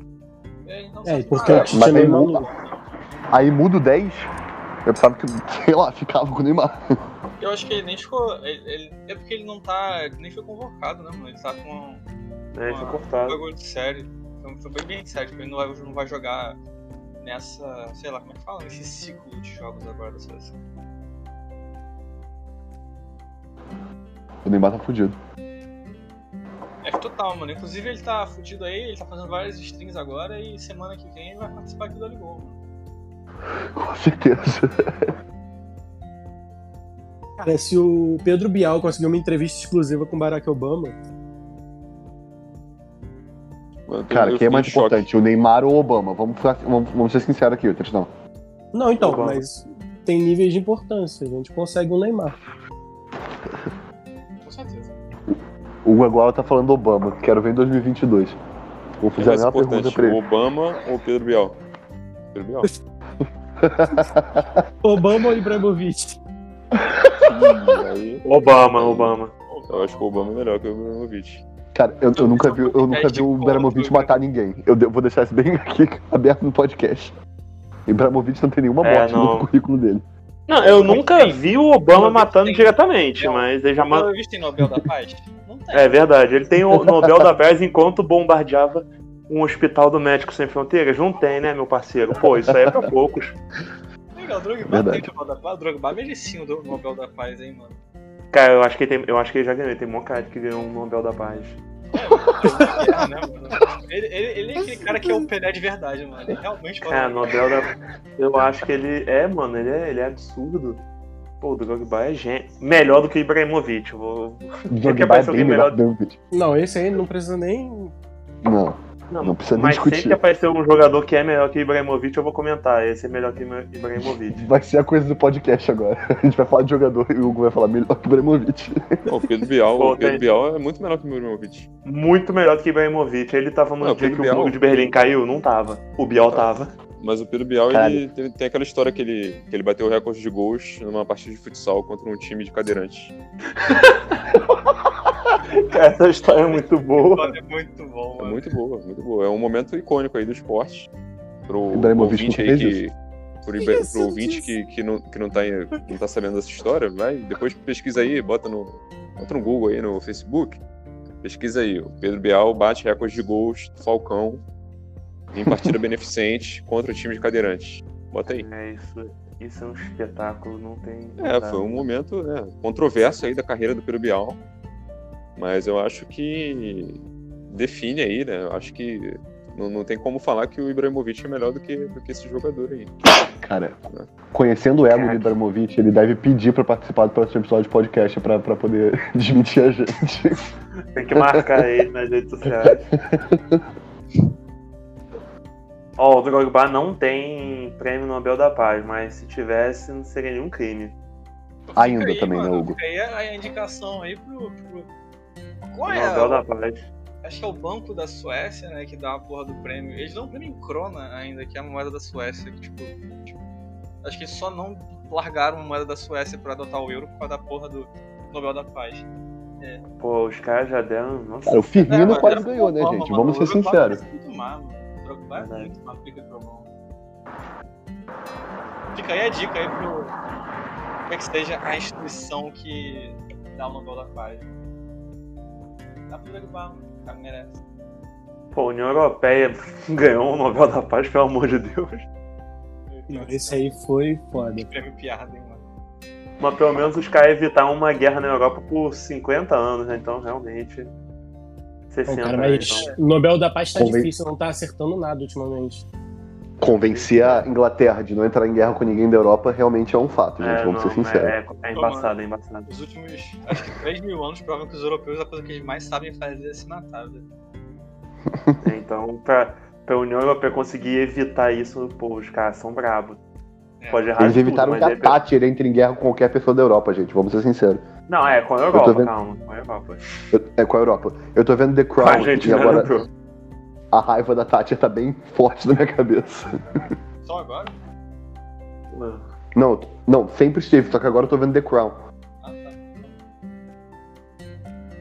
Speaker 3: É, não
Speaker 2: É,
Speaker 3: sei.
Speaker 2: porque
Speaker 3: Ah,
Speaker 2: o Tite é meio
Speaker 4: mas-
Speaker 2: maluco.
Speaker 4: Aí muda o 10. Eu pensava que, sei lá, ficava com o Neymar.
Speaker 3: Eu acho que ele nem ficou. ele- ele- é porque ele não tá. nem foi convocado, né, mano? Ele tá com um
Speaker 1: É, ele foi
Speaker 3: Ah.
Speaker 1: cortado.
Speaker 3: bagulho de sério. Então foi bem bem sério. tipo, Ele não vai, não vai jogar nessa. sei lá como é que fala? Nesse ciclo de jogos agora da seleção.
Speaker 4: O Neymar tá fudido.
Speaker 3: É total, mano. Inclusive ele tá fudido aí, ele tá fazendo várias strings agora e semana que vem ele vai participar aqui do Oligol, mano.
Speaker 4: Com certeza.
Speaker 2: Cara, se o Pedro Bial conseguiu uma entrevista exclusiva com Barack Obama,
Speaker 5: Mano, Então, eu tô-
Speaker 4: Cara,
Speaker 5: eu
Speaker 4: quem é
Speaker 5: fiquei
Speaker 4: mais
Speaker 5: em choque.
Speaker 4: importante? O Neymar ou o Obama? Vamos, ficar- vamos, vamos ser sinceros aqui, Tristan.
Speaker 2: Não, então,
Speaker 1: Obama.
Speaker 2: mas tem níveis de importância. A gente consegue um Neymar.
Speaker 3: Com certeza.
Speaker 4: O agora tá falando do Obama. Quero ver em 2022. Vou fazer
Speaker 5: Quem é
Speaker 4: a
Speaker 5: mais
Speaker 4: mesma pergunta
Speaker 5: importante?
Speaker 4: pra
Speaker 5: O
Speaker 4: ele. [laughs]
Speaker 5: Obama ou o Pedro Bial? Pedro Bial.
Speaker 2: Obama ou Ibrahimovic?
Speaker 5: E Hum, aí,
Speaker 1: Obama, Obama.
Speaker 5: eu acho que o Obama é melhor que o Ibrahimovic.
Speaker 4: Cara, eu, eu nunca vi, eu nunca
Speaker 3: podcast
Speaker 4: vi o
Speaker 3: de
Speaker 4: Ibrahimovic
Speaker 3: contra.
Speaker 4: matar ninguém. Eu de- vou deixar isso bem [laughs] aqui aberto no podcast. Ibrahimovic não tem nenhuma
Speaker 1: É,
Speaker 4: morte
Speaker 1: não.
Speaker 4: no currículo dele.
Speaker 1: Não, eu nunca vi o Obama
Speaker 3: Obama
Speaker 1: matando
Speaker 3: tem.
Speaker 1: diretamente, mas ele já
Speaker 3: Uma...
Speaker 1: matou.
Speaker 3: Eu visto em Nobel da Paz? Não tem.
Speaker 1: É verdade. Ele tem o Nobel da Paz enquanto bombardeava um hospital do Médico Sem Fronteiras? Não tem, né, meu parceiro? Pô, isso aí é pra poucos.
Speaker 3: Legal, o Drogba
Speaker 4: Verdade.
Speaker 3: tem o Nobel da Paz. O Drogba merecia o Nobel da Paz, hein, mano.
Speaker 1: Cara, eu acho que ele, tem, eu acho que ele já ganhou. Ele tem mó cara de que ganhou um Nobel da Paz.
Speaker 3: É, né, mano? Ele, ele- ele é aquele cara que é o Pelé de verdade, mano. Ele realmente pode.
Speaker 1: É, Nobel da Eu acho que ele é, mano, ele é, ele é absurdo. Pô, o Drogba é gen... melhor do que o Ibrahimovic. eu Vou...
Speaker 4: Drogba é
Speaker 1: aparecer alguém
Speaker 4: bem melhor
Speaker 1: melhor.
Speaker 4: que o Ibrahimovic.
Speaker 2: Não, esse aí não precisa nem.
Speaker 4: Não, não precisa nem
Speaker 1: mas sempre que
Speaker 4: discutir.
Speaker 1: aparecer um jogador que é melhor que o Ibrahimovic, eu vou comentar. Esse é melhor que o Ibrahimovic.
Speaker 4: Vai ser a coisa do podcast agora. [laughs] A gente vai falar de jogador e o Hugo vai falar melhor que o Ibrahimovic.
Speaker 5: Não, o Pedro Bial,
Speaker 1: Pô,
Speaker 5: o Pedro
Speaker 1: tem-
Speaker 5: Bial é muito melhor que o Ibrahimovic.
Speaker 1: Muito melhor do que o Ibrahimovic. Ele tava no
Speaker 5: Não,
Speaker 1: dia
Speaker 5: porque
Speaker 1: que
Speaker 5: o
Speaker 1: o
Speaker 5: Bial-
Speaker 1: muro de Berlim caiu? Não tava. O Bial
Speaker 4: Ah.
Speaker 1: tava.
Speaker 5: Mas o Pedro Bial,
Speaker 4: Caralho.
Speaker 5: ele tem, tem aquela história que ele, que ele bateu o recorde de gols numa partida de futsal contra um time de cadeirantes.
Speaker 1: Cara, essa história é muito boa.
Speaker 3: É muito bom,
Speaker 5: É
Speaker 3: mano.
Speaker 5: muito boa, muito boa. É um momento icônico aí do esporte. Pro
Speaker 4: Ibrahimovic
Speaker 5: ouvinte
Speaker 4: nunca
Speaker 5: aí
Speaker 4: fez
Speaker 5: que. Pro, Ibra- pro ouvinte que, que, não, que não, tá, em- não tá sabendo dessa história, vai, depois pesquisa aí, bota no, bota no Google aí, no Facebook. Pesquisa aí. O Pedro Bial bate recorde de gols do Falcão em partida [laughs] beneficente contra o time de cadeirantes. Bota aí.
Speaker 1: É isso. Isso é um espetáculo, não tem.
Speaker 5: É,
Speaker 4: Tá.
Speaker 5: foi um momento né, controverso aí da carreira do Pedro Bial, mas eu acho que define aí, né? Eu acho que não, não tem como falar que o Ibrahimovic é melhor do que, do que esse jogador aí.
Speaker 4: Cara, conhecendo o ego do Ibrahimovic, ele deve pedir pra participar do próximo episódio de podcast pra, pra poder [laughs] desmentir a gente.
Speaker 1: Tem que marcar ele nas redes
Speaker 5: [laughs]
Speaker 1: sociais. Ó, o Drogba não tem prêmio Nobel da Paz, mas se tivesse, não seria nenhum crime.
Speaker 4: Ainda
Speaker 3: Fica aí,
Speaker 4: também, né,
Speaker 3: mano,
Speaker 4: Hugo?
Speaker 3: fica aí a a indicação aí pro. pro... Qual é?
Speaker 1: Nobel da Paz.
Speaker 3: Acho que é o Banco da Suécia, né? Que dá a porra do prêmio. Eles dão um prêmio em Krona ainda, que é a moeda da Suécia. Que, tipo, tipo, acho que eles só não largaram a moeda da Suécia pra adotar o euro por causa da porra do Nobel da Paz.
Speaker 1: Pô, os caras já deram. Nossa,
Speaker 4: Cara, o
Speaker 3: É,
Speaker 4: Firmino
Speaker 3: mas
Speaker 4: quase
Speaker 3: era
Speaker 4: ganhou, né,
Speaker 3: Obama,
Speaker 4: gente?
Speaker 3: mano.
Speaker 4: Vamos ser
Speaker 3: O Drogba
Speaker 4: sinceros.
Speaker 3: parece muito má, mano. O Drogba é
Speaker 1: Verdade.
Speaker 3: muito má pica pro mão. Fica aí a dica aí pro. Como é que seja a instituição que dá o Nobel da Paz. Dá né? pro Drogba, mano. O cara merece.
Speaker 1: pô, a União Europeia [laughs] ganhou o Nobel da Paz, pelo amor de Deus.
Speaker 2: Não, esse aí foi foda.
Speaker 3: Prêmio piada, hein, mano.
Speaker 1: Mas pelo menos os caras evitaram uma guerra na Europa por 50 anos, né? Então realmente. 60
Speaker 2: Pô, cara,
Speaker 1: anos,
Speaker 2: mas
Speaker 1: então.
Speaker 2: o Nobel da Paz tá
Speaker 4: Conven-
Speaker 2: difícil, não tá acertando nada ultimamente.
Speaker 4: Convencer a Inglaterra de não entrar em guerra com ninguém da Europa realmente é um fato, gente.
Speaker 1: É,
Speaker 4: Vamos
Speaker 1: não,
Speaker 4: ser sinceros.
Speaker 1: É, é, é embaçado, é embaçado.
Speaker 3: Os últimos, acho que 3 mil anos provam que os europeus é a coisa que eles mais sabem fazer é se matar, velho.
Speaker 1: É, Então, pra, pra União Europeia conseguir evitar isso, pô, os caras são brabos.
Speaker 3: É.
Speaker 1: Pode errar
Speaker 4: Eles um
Speaker 1: tudo,
Speaker 4: evitaram
Speaker 1: mas
Speaker 4: que a
Speaker 1: é pe-
Speaker 4: Tati entre em guerra com qualquer pessoa da Europa, gente. Vamos ser sinceros.
Speaker 1: Não, é com a
Speaker 4: tô
Speaker 1: Europa,
Speaker 4: vendo-
Speaker 1: calma, com a Europa.
Speaker 4: Eu- é com a Europa. Eu tô vendo The
Speaker 1: Com
Speaker 4: Crown
Speaker 1: a gente,
Speaker 4: e
Speaker 1: né, [laughs]
Speaker 4: agora
Speaker 1: Bruno?
Speaker 4: a raiva da Tati tá bem forte na minha cabeça.
Speaker 3: Só agora?
Speaker 4: Não, não, sempre esteve, só que agora eu tô vendo The Crown.
Speaker 3: Ah, tá.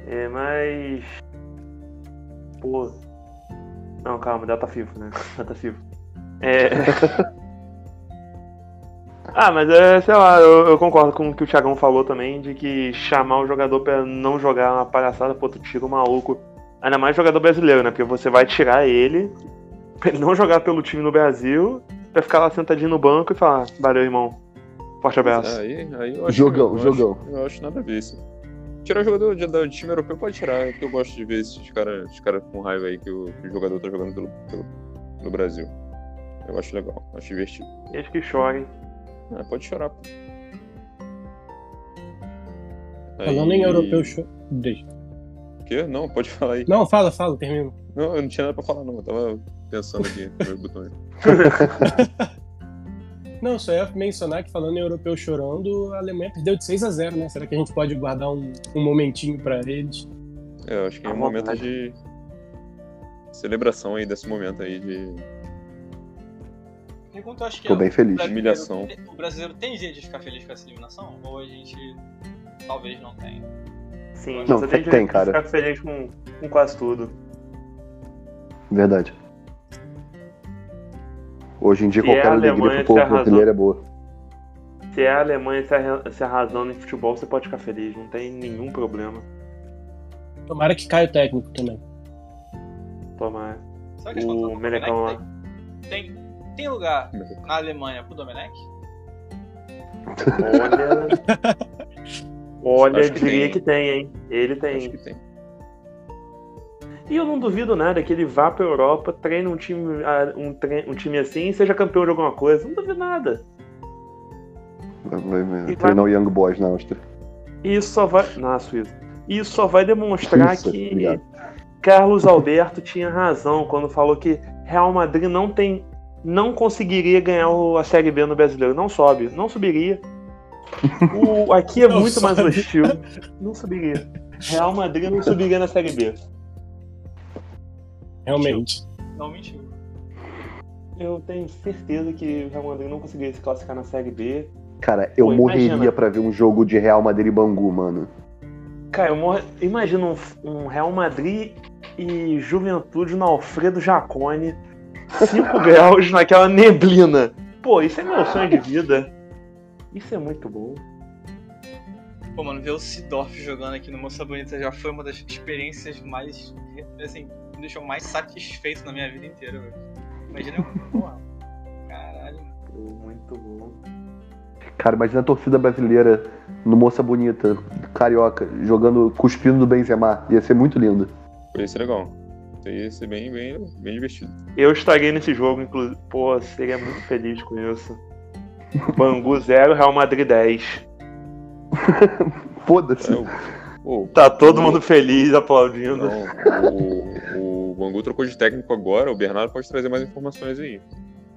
Speaker 1: É, mas. Pô. Não, calma, data FIFA, né? [laughs] Data FIFA. É. ah, mas é, sei lá, eu, eu concordo com o que o Thiagão falou também, de que chamar o jogador pra não jogar é uma palhaçada, pô, tu tira o maluco. Ainda mais jogador brasileiro, né? Porque você vai tirar ele, pra ele não jogar pelo time no Brasil, pra ficar lá sentadinho no banco e falar, valeu, irmão. Forte abraço.
Speaker 5: Aí, aí eu acho
Speaker 4: Jogão,
Speaker 5: eu
Speaker 4: jogão.
Speaker 5: Acho, eu acho nada a ver isso. Tirar o jogador de, do time europeu pode tirar, porque eu gosto de ver esses caras esses cara com raiva aí que o, que o jogador tá jogando pelo, pelo, pelo Brasil. Eu acho legal, acho divertido.
Speaker 4: É.
Speaker 1: Eles que chorem.
Speaker 5: Ah, pode chorar, pô.
Speaker 2: Falando em
Speaker 5: Aí-
Speaker 2: europeu. cho- Deixa.
Speaker 5: O quê? Não, pode falar aí.
Speaker 2: Não, fala, fala, termina.
Speaker 5: Não, eu não tinha nada pra falar, não. Eu tava
Speaker 1: [laughs]
Speaker 5: pensando aqui nos meus botões.
Speaker 2: Não, só ia mencionar que falando em europeu chorando, a Alemanha perdeu de 6 a 0 né? Será que a gente pode guardar um, um momentinho pra eles?
Speaker 5: É, eu acho que é
Speaker 1: À
Speaker 5: um momento
Speaker 1: vontade.
Speaker 5: de celebração aí desse momento aí de.
Speaker 3: E pergunta, eu acho que
Speaker 4: Tô
Speaker 3: é,
Speaker 4: bem feliz.
Speaker 3: o brasileiro-
Speaker 5: Humilhação.
Speaker 3: O brasileiro tem jeito de ficar feliz com essa eliminação? Ou a gente talvez não tenha?
Speaker 1: Sim,
Speaker 4: Não,
Speaker 1: você tem,
Speaker 4: tem,
Speaker 1: direito de
Speaker 4: cara.
Speaker 1: ficar feliz com, com quase tudo.
Speaker 4: Verdade. Hoje em dia,
Speaker 1: E
Speaker 4: qualquer
Speaker 1: é a
Speaker 4: alegria
Speaker 1: Alemanha
Speaker 4: pro povo
Speaker 1: se arrasou.
Speaker 4: brasileiro é boa.
Speaker 1: Se é a Alemanha se arra- se arrasando em futebol, você pode ficar feliz, não tem nenhum problema.
Speaker 2: Tomara que caia o técnico também.
Speaker 1: Tomar.
Speaker 3: Só que
Speaker 1: O Menecão lá.
Speaker 3: tem, tem lugar na Alemanha pro Domenech?
Speaker 1: Olha.
Speaker 5: [laughs]
Speaker 1: Olha,
Speaker 5: Acho que
Speaker 1: diria
Speaker 5: tem.
Speaker 1: que tem, hein? Ele tem.
Speaker 5: Acho que tem.
Speaker 1: E eu não duvido nada que ele vá pra Europa, treine um time, ah, um, tre- um time assim e seja campeão de alguma coisa. Não duvido nada. E
Speaker 4: Treinou Young Boys na Áustria.
Speaker 1: E isso só vai. Na Suíça. E isso só vai demonstrar
Speaker 4: Suíça,
Speaker 1: que
Speaker 4: obrigado.
Speaker 1: Carlos Alberto tinha razão quando falou que Real Madrid não tem. não conseguiria ganhar o- a Série B no brasileiro. Não sobe. Não subiria. O- aqui é
Speaker 2: Não
Speaker 1: muito mais
Speaker 2: sobe.
Speaker 1: hostil. Não subiria. Real Madrid não subiria na Série B.
Speaker 2: Realmente.
Speaker 3: Não mentiu.
Speaker 1: Eu tenho certeza que o Real Madrid não conseguiria se classificar na Série B.
Speaker 4: Cara, eu
Speaker 1: Pô,
Speaker 4: morreria
Speaker 1: imagina.
Speaker 4: pra ver um jogo de Real Madrid e Bangu, mano.
Speaker 1: Cara, eu mor... imagino um, um Real Madrid e Juventude no Alfredo Jacone, 5 graus naquela neblina. Pô, isso é meu sonho de vida. Isso é muito bom.
Speaker 3: Pô, mano, ver o Sidorf jogando aqui no Moça Bonita já foi uma das experiências mais. Assim, me deixou mais satisfeito na minha vida inteira, velho.
Speaker 1: [laughs]
Speaker 3: Imagina eu. Porra, caralho.
Speaker 1: Pô, muito bom.
Speaker 4: Cara, imagina a torcida brasileira no Moça Bonita, carioca, jogando, cuspindo do Benzema. Ia ser muito lindo.
Speaker 5: Foi isso é legal. Isso aí ia ser bem, bem,
Speaker 1: [laughs]
Speaker 5: bem divertido.
Speaker 1: Eu estarei nesse jogo, inclusive. Pô, seria muito feliz com isso. Bangu 0, Real Madrid 10.
Speaker 4: Foda-se.
Speaker 5: É, o, o-
Speaker 1: Tá todo mundo feliz aplaudindo. [laughs]
Speaker 5: não, o, o Bangu trocou de técnico agora, o Bernardo pode trazer mais informações aí.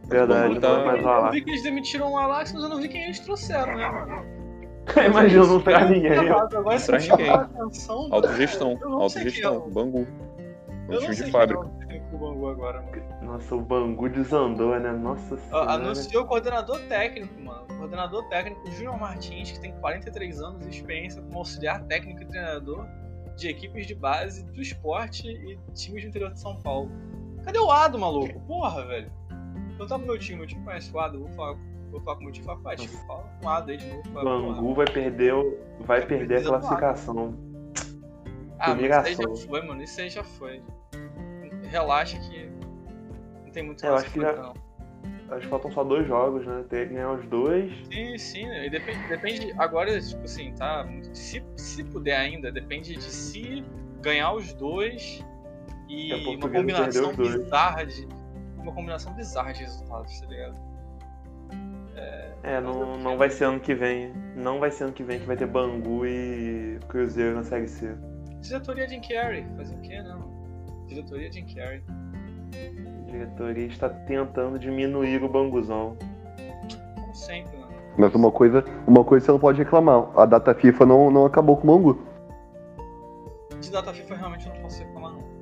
Speaker 1: Verdade,
Speaker 5: Bangu tá-
Speaker 1: não é mais o
Speaker 3: Eu
Speaker 1: Ajax.
Speaker 3: vi que eles demitiram o Alax, mas eu não vi quem eles trouxeram, né, mano?
Speaker 1: Imagina, não traz ninguém.
Speaker 3: Agora
Speaker 5: Não
Speaker 3: se eu
Speaker 5: traz
Speaker 3: chamar
Speaker 5: ninguém.
Speaker 3: a atenção.
Speaker 5: Autogestão,
Speaker 3: Eu não sei
Speaker 5: autogestão,
Speaker 3: quem é o-
Speaker 5: Bangu. É
Speaker 3: Eu não
Speaker 5: um
Speaker 3: sei
Speaker 5: time de
Speaker 3: quem
Speaker 5: fábrica.
Speaker 3: é o técnico do Bangu agora, mano.
Speaker 1: Nossa, o Bangu desandou, né? Nossa
Speaker 3: Ah,
Speaker 1: senhora.
Speaker 3: Anunciou o coordenador técnico, mano. O coordenador técnico, Júnior Martins, que tem 43 anos de experiência como auxiliar técnico e treinador de equipes de base do esporte e times do interior de São Paulo. Cadê o Ado, maluco? Porra, velho. Eu tava no meu time, meu time conhece o Ado, eu vou falar, vou falar com o meu time e falar, pô, time, fala com o Ado aí de novo.
Speaker 1: O
Speaker 3: fala, porra.
Speaker 1: Bangu vai perder, o- vai perder a classificação.
Speaker 3: Ah, mas isso aí
Speaker 1: humilhação.
Speaker 3: já foi, mano, isso aí já foi. Relaxa que não tem muito
Speaker 1: É, eu acho que já-
Speaker 3: classificação.
Speaker 1: Acho que faltam só dois jogos, né? Tem que ganhar os dois.
Speaker 3: Sim, sim, né? e depende, depende agora, tipo assim, tá? muito- Se, se puder ainda, depende de se ganhar os dois e
Speaker 1: É, português
Speaker 3: uma
Speaker 1: perdeu
Speaker 3: combinação
Speaker 1: os dois.
Speaker 3: bizarra de. Uma combinação bizarra de resultados, tá ligado?
Speaker 1: É, não, não vai ser ano que vem. Não vai ser ano que vem que vai ter Bangu e Cruzeiro na Série C.
Speaker 3: Diretoria Jim Carrey, fazer o quê, né? mano? Diretoria Jim Carrey.
Speaker 1: A diretoria está tentando diminuir o Banguzão.
Speaker 3: Como sempre, né?
Speaker 4: Mas uma coisa, uma coisa você não pode reclamar. A data FIFA não, não acabou com o Bangu.
Speaker 3: De data FIFA realmente eu não posso reclamar, não.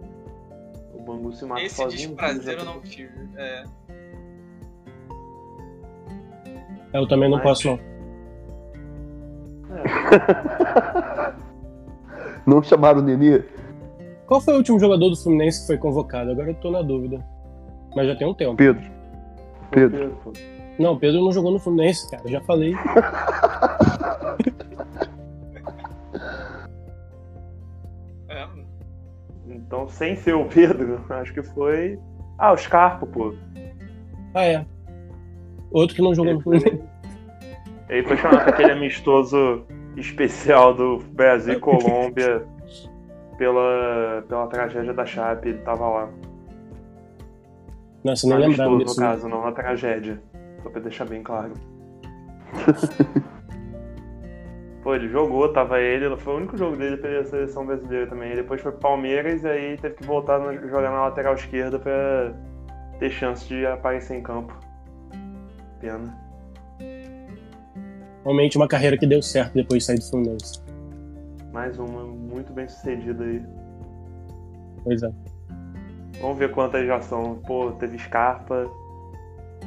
Speaker 1: O Bangu se mata
Speaker 3: Esse
Speaker 1: sozinho.
Speaker 3: desprazer eu não tive. É,
Speaker 2: Eu também não
Speaker 1: Mas-
Speaker 2: posso, não.
Speaker 4: Não chamaram o Nenê?
Speaker 2: Qual foi o último jogador do Fluminense que foi convocado? Agora eu tô na dúvida. Mas já tem um tempo.
Speaker 4: Pedro. Pedro.
Speaker 1: pô.
Speaker 2: Não, o Pedro não jogou no Fluminense, cara. Já falei.
Speaker 3: é, mano.
Speaker 1: Então, sem ser o Pedro, [laughs] acho que foi. Ah, o Scarpa, pô.
Speaker 2: Ah, é. Outro que não jogou no
Speaker 1: Ele foi,
Speaker 2: Fluminense.
Speaker 1: ele foi chamado pra aquele amistoso especial do Brasil e Colômbia pela, pela tragédia da Chape, ele tava lá.
Speaker 2: Nossa, não
Speaker 1: Não
Speaker 2: lembrava
Speaker 1: amistoso,
Speaker 2: disso.
Speaker 1: tipo, no caso, não é uma tragédia. Só pra deixar bem claro. Pô, ele jogou, tava ele, foi o único jogo dele pela seleção brasileira também. Aí Depois foi pro Palmeiras e aí teve que voltar a jogar na lateral esquerda pra ter chance de aparecer em campo. Pena.
Speaker 2: Realmente uma carreira que deu certo depois de sair do Fluminense.
Speaker 1: Mais uma muito bem sucedida aí.
Speaker 2: Pois é.
Speaker 1: Vamos ver quantas já são. Pô, teve Scarpa,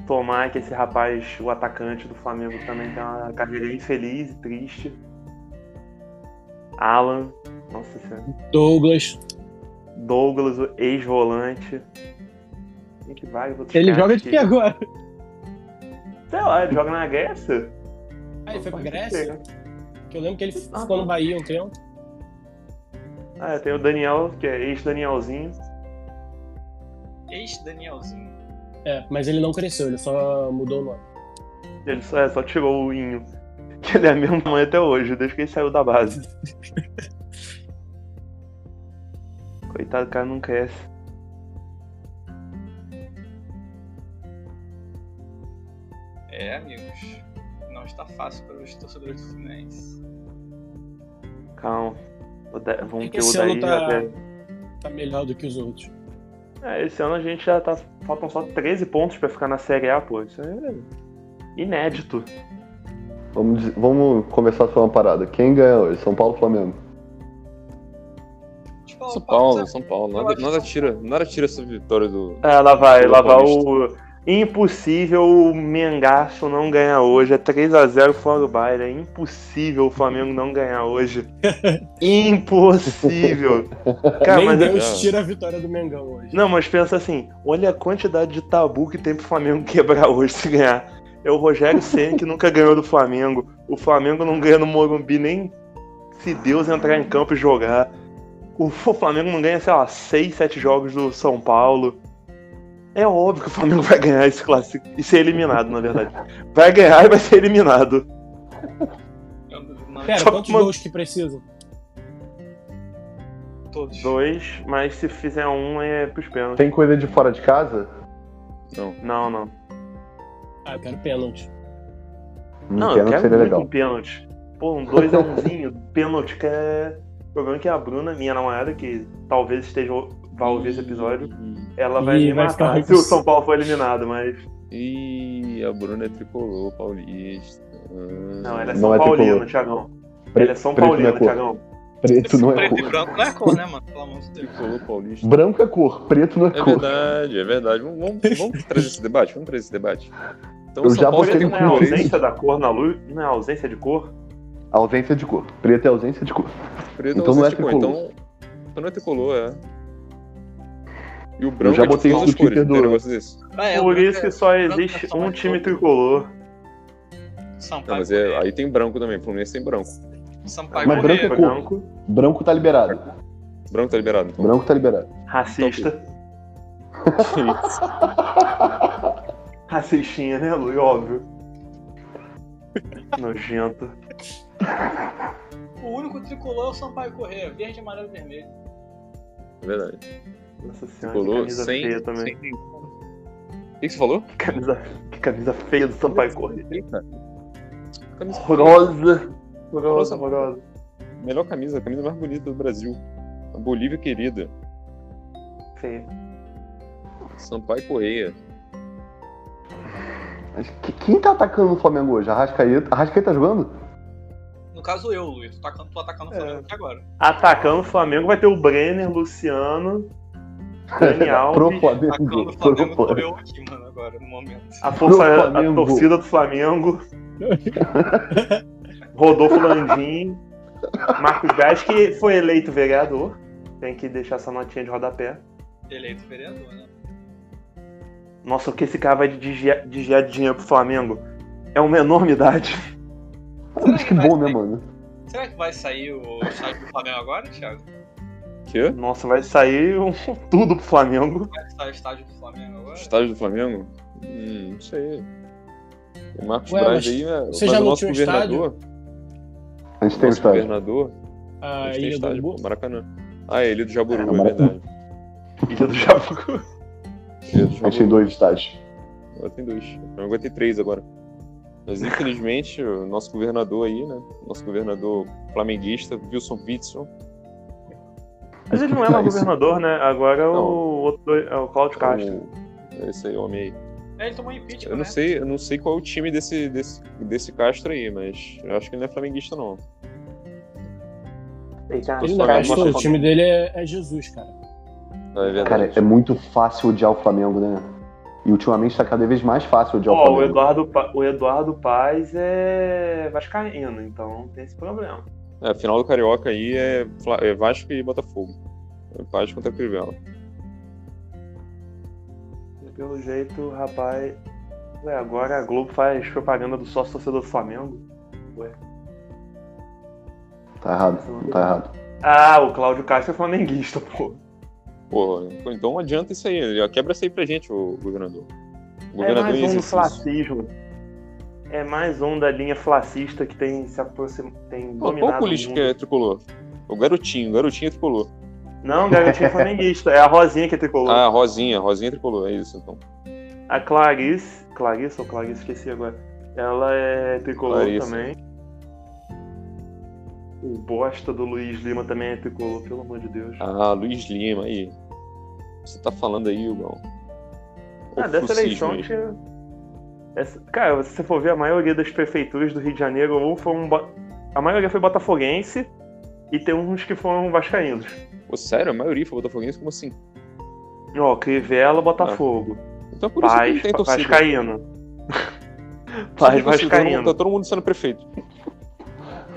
Speaker 1: tomar que esse rapaz, o atacante do Flamengo, também tem uma carreira infeliz e triste. Alan, nossa senhora.
Speaker 2: Douglas.
Speaker 1: Douglas, o ex-volante. Quem é que vai? Os outros
Speaker 2: Ele
Speaker 1: caras
Speaker 2: joga de
Speaker 1: que-
Speaker 2: que agora?
Speaker 1: Sei lá, ele joga na Grécia?
Speaker 2: Ah, ele foi pra
Speaker 1: Pode
Speaker 2: Grécia?
Speaker 1: ser.
Speaker 2: Que eu lembro que ele ficou no Bahia um tempo.
Speaker 1: Ah, tem o Daniel, que é ex-Danielzinho.
Speaker 3: Ex-Danielzinho.
Speaker 2: É, mas ele não cresceu, ele só mudou o nome.
Speaker 1: Ele só, é, só tirou o Inho. [laughs] Que ele é mesmo tamanho até hoje, desde que ele saiu da
Speaker 2: [laughs]
Speaker 1: base. Coitado, o cara não cresce.
Speaker 3: É, amigos. Não está fácil para os torcedores do Fluminense.
Speaker 1: Calma. O Da- Vamos
Speaker 2: É
Speaker 1: ter
Speaker 2: que
Speaker 1: o
Speaker 2: esse ano
Speaker 1: daí
Speaker 2: tá-
Speaker 1: até.
Speaker 2: Tá melhor do que os outros.
Speaker 1: É, esse ano a gente já tá. Faltam só 13 pontos pra ficar na Série A, pô. Isso é inédito.
Speaker 4: Vamos, dizer- vamos começar só uma parada. Quem ganha hoje? São Paulo ou Flamengo?
Speaker 3: Tipo, o
Speaker 5: São Paulo,
Speaker 3: Paulo-
Speaker 5: São Paulo.
Speaker 3: Eu
Speaker 5: Nada,
Speaker 3: acho
Speaker 5: nada
Speaker 3: que-
Speaker 5: tira, nada tira essa vitória do.
Speaker 1: Ah, lá vai,
Speaker 5: Do
Speaker 1: lá vai o.
Speaker 5: Paulista.
Speaker 1: Impossível o Mengaço não ganhar hoje. É 3x0 fora do baile. É impossível o Flamengo não ganhar hoje. Impossível! Cara,
Speaker 2: Nem
Speaker 1: mas é-
Speaker 2: Deus
Speaker 5: é-
Speaker 2: tira a vitória do Mengão hoje.
Speaker 1: Não, mas pensa assim, olha a quantidade de tabu que tem pro Flamengo [laughs] quebrar hoje se ganhar. É o Rogério Senna que nunca ganhou do Flamengo. O Flamengo não ganha no Morumbi nem se Deus entrar em campo e jogar. O F- o Flamengo não ganha, sei lá, 6, 7 jogos do São Paulo. É óbvio que o Flamengo vai ganhar esse clássico e ser eliminado, na verdade. Vai ganhar e vai ser eliminado.
Speaker 3: Eu
Speaker 2: [laughs]
Speaker 3: não-
Speaker 2: Pera,
Speaker 1: Só
Speaker 2: quantos
Speaker 1: uma-
Speaker 2: gols que precisam?
Speaker 3: Todos.
Speaker 1: Dois, mas se fizer um é pros pênaltis.
Speaker 4: Tem coisa de fora de casa?
Speaker 5: Não.
Speaker 1: Não, não.
Speaker 2: Ah, eu quero
Speaker 1: [laughs]
Speaker 2: pênalti.
Speaker 4: Um
Speaker 1: Não, eu
Speaker 4: pênalti
Speaker 1: quero
Speaker 4: seria
Speaker 1: muito um
Speaker 4: legal.
Speaker 1: pênalti. Pô, um 2 a
Speaker 4: [laughs]
Speaker 1: 1zinho, pênalti que é. O problema é que a Bruna, minha namorada, que talvez esteja vá ouvir esse episódio,
Speaker 5: Uhum.
Speaker 1: ela vai
Speaker 2: Ih,
Speaker 1: me
Speaker 2: vai
Speaker 1: matar
Speaker 2: ficar-
Speaker 1: se o São Paulo for eliminado, mas.
Speaker 5: E a Bruna é tricolor, paulista. Ah.
Speaker 1: Não, ela é
Speaker 4: Não
Speaker 1: São
Speaker 4: é
Speaker 1: Paulino,
Speaker 4: tricolor.
Speaker 1: Thiagão.
Speaker 4: Pre-
Speaker 1: Ela é São
Speaker 4: preto não
Speaker 1: Paulino,
Speaker 4: é cor.
Speaker 1: Thiagão.
Speaker 4: Preto não é
Speaker 3: Preto e
Speaker 4: cor.
Speaker 3: branco não é cor, né, mano? Pelo amor de Deus.
Speaker 5: Tricolor paulista.
Speaker 4: Branco é cor, preto não é,
Speaker 5: É
Speaker 4: cor.
Speaker 5: verdade, é verdade. Vamos,
Speaker 4: [laughs]
Speaker 5: vamos- vamos trazer esse debate, vamos trazer esse debate. Então,
Speaker 4: Eu
Speaker 5: São
Speaker 4: já
Speaker 5: Paulo
Speaker 4: botei
Speaker 5: tem
Speaker 1: Preto
Speaker 4: no
Speaker 1: não
Speaker 5: um
Speaker 1: é
Speaker 4: cu
Speaker 5: clube,
Speaker 4: dele.
Speaker 1: ausência da cor na luz? Não é ausência de cor?
Speaker 4: Ausência de cor. Preto é ausência de cor.
Speaker 5: preto
Speaker 4: Então não é
Speaker 5: ausente, pô,
Speaker 4: tricolor.
Speaker 5: Então, então não é tricolor, é. E o branco
Speaker 4: já
Speaker 5: é de
Speaker 4: botei
Speaker 5: todas
Speaker 4: isso
Speaker 5: as
Speaker 4: no Twitter
Speaker 5: cores,
Speaker 4: do-
Speaker 5: tem um negócio desse.
Speaker 3: Ah, é, o
Speaker 1: Por
Speaker 3: branco
Speaker 1: isso que só existe
Speaker 3: branco é
Speaker 1: um
Speaker 3: só
Speaker 1: time
Speaker 3: cor.
Speaker 1: tricolor.
Speaker 3: é Sampaio.
Speaker 5: Não, mas é-
Speaker 3: Corrêa.
Speaker 5: aí tem branco também, Fluminense tem branco.
Speaker 3: Sampaio
Speaker 4: Mas branco é
Speaker 3: Corrêa.
Speaker 4: cor.
Speaker 1: Branco,
Speaker 4: Branco tá liberado.
Speaker 5: Branco
Speaker 4: [laughs]
Speaker 5: tá liberado. Então.
Speaker 4: Branco tá liberado.
Speaker 1: racista.
Speaker 5: É
Speaker 1: Racistinha, né, Lu?
Speaker 2: [laughs]
Speaker 1: Óbvio. Nojento.
Speaker 3: O único tricolor é o Sampaio Corrêa. Verde, amarelo e vermelho.
Speaker 5: É verdade.
Speaker 1: Nossa senhora, que
Speaker 5: Tricolor
Speaker 1: camisa
Speaker 5: sem.
Speaker 1: feia também.
Speaker 5: sem- O que que você falou?
Speaker 1: Que, camisa, que camisa feia do Sampaio Corrêa.
Speaker 5: Eita. Camisa,
Speaker 1: Horrorosa. Horrorosa,
Speaker 5: Horrorosa.
Speaker 1: horrorosa.
Speaker 5: melhor camisa, a camisa mais bonita do Brasil. A Bolívia querida.
Speaker 1: Feia.
Speaker 5: Sampaio Correia.
Speaker 4: Mas que- Quem tá atacando o Flamengo hoje? Arrascaeta? Arrascaeta tá jogando?
Speaker 3: No caso, eu, Luiz. Tô atacando, tô atacando o
Speaker 1: É.
Speaker 3: Flamengo
Speaker 4: [laughs]
Speaker 3: até agora.
Speaker 1: Atacando o Flamengo vai ter o Brenner, Luciano, Dani
Speaker 4: [laughs] Pro
Speaker 1: Alves.
Speaker 3: Atacando
Speaker 4: Flamengo.
Speaker 3: o
Speaker 4: Pro
Speaker 3: Flamengo tô
Speaker 4: Flamengo.
Speaker 3: eu aqui, mano, agora, no momento.
Speaker 1: A força
Speaker 4: Pro
Speaker 1: a
Speaker 4: Flamengo.
Speaker 1: torcida do Flamengo. Rodolfo
Speaker 4: [laughs]
Speaker 1: Landim. Marcos Gás, que foi eleito vereador. Tem que deixar essa notinha de rodapé.
Speaker 3: Eleito vereador, né?
Speaker 1: Nossa, o que esse cara vai desviar, desviar de dinheiro pro Flamengo? É uma enormidade.
Speaker 4: Que bom, né, mano?
Speaker 3: Será que vai sair o site do Flamengo agora, Thiago?
Speaker 5: Quê?
Speaker 1: Nossa, vai sair um- tudo pro Flamengo.
Speaker 3: Vai sair o estádio do Flamengo agora?
Speaker 5: Estádio do Flamengo? Hum, não sei. O Marcos
Speaker 2: Ué,
Speaker 5: Braz
Speaker 2: mas
Speaker 5: aí, né?
Speaker 2: você
Speaker 5: mas
Speaker 2: já
Speaker 5: o
Speaker 2: não
Speaker 5: nosso
Speaker 2: tinha um
Speaker 5: governador.
Speaker 4: A gente tem o
Speaker 5: Nosso
Speaker 4: estádio.
Speaker 5: governador. a
Speaker 2: A Ah,
Speaker 5: gente tem
Speaker 2: Ilha do
Speaker 5: estádio,
Speaker 2: Urubu.
Speaker 5: pô, Maracanã. Ah, é, ele do Jaburu,
Speaker 4: É,
Speaker 5: é,
Speaker 4: Maracanã.
Speaker 5: verdade.
Speaker 1: Ilha do Jabucu.
Speaker 5: Ele do
Speaker 4: A gente tem
Speaker 5: Jaburu.
Speaker 4: dois estádios.
Speaker 5: Agora tem dois. Agora tem três agora. Mas infelizmente, o nosso governador aí, né? Nosso governador flamenguista, Wilson é Witson.
Speaker 1: Mas ele não é mais governador, né? Agora é o
Speaker 5: Não.
Speaker 1: outro é o Cláudio Castro.
Speaker 5: o- Esse aí, homem aí.
Speaker 3: É, ele tomou impeachment,
Speaker 5: Eu não
Speaker 3: né?
Speaker 5: sei, eu não sei qual é o time desse, desse, desse Castro aí, mas eu acho que ele não é flamenguista, não.
Speaker 1: Ele tá-
Speaker 5: Ele
Speaker 2: Ele
Speaker 5: não
Speaker 2: não
Speaker 1: tá-
Speaker 5: é
Speaker 2: gastou,
Speaker 5: Flamengo.
Speaker 2: o time dele é, é Jesus, cara.
Speaker 5: Não, é verdade.
Speaker 4: Cara, é muito fácil odiar o Flamengo, né? E ultimamente tá cada vez mais fácil odiar
Speaker 1: Ó,
Speaker 4: o
Speaker 1: o
Speaker 4: Flamengo.
Speaker 1: Eduardo, Pa- o Eduardo Paz é vascaíno, então tem esse problema.
Speaker 5: É, a final do Carioca aí é, Fla- é Vasco e Botafogo. É Vasco contra Crivella.
Speaker 1: E Pelo jeito, rapaz. Ué, agora a Globo faz propaganda do sócio torcedor do Flamengo.
Speaker 4: Tá errado, não tá errado.
Speaker 1: Ah, o Cláudio Castro é flamenguista, pô.
Speaker 5: Pô, então adianta isso aí. já Quebra isso aí pra gente, o governador. O
Speaker 1: É
Speaker 5: governador
Speaker 1: mais
Speaker 5: em
Speaker 1: um do
Speaker 5: exercício.
Speaker 1: flacismo. É mais um da linha flacista que tem se aproximado. Tem
Speaker 5: Pô,
Speaker 1: dominado
Speaker 5: qual político
Speaker 1: o
Speaker 5: que
Speaker 1: mundo.
Speaker 5: é tricolor? O garotinho, o garotinho é tricolor.
Speaker 1: Não, garotinho é flamenguista. É a Rosinha que tricolou.
Speaker 5: Ah, a Rosinha, a Rosinha é tricolor, é isso então.
Speaker 1: A Clarice. Clarice ou Clarice, esqueci agora. Ela é tricolor
Speaker 5: Clarice.
Speaker 1: também. O bosta do Luiz Lima também é tricolor, pelo amor de Deus.
Speaker 5: Ah, Luiz Lima aí. Você tá falando aí, Hugo?
Speaker 1: Ah, dessa eleição tinha. essa- Cara, se você for ver, a maioria das prefeituras do Rio de Janeiro, ou foi um. bo- A maioria foi botafoguense e tem uns que foram vascaínos.
Speaker 5: Pô, sério, a maioria foi botafoguense, como assim?
Speaker 1: Ó, Crivella, Botafogo.
Speaker 5: Então é Ah. por isso que
Speaker 1: Paz,
Speaker 5: não tem torcida.
Speaker 1: vascaíno.
Speaker 5: Não tem
Speaker 1: Paz,
Speaker 5: torcida, todo mundo- Tá
Speaker 1: vascaíno.
Speaker 5: todo mundo sendo prefeito.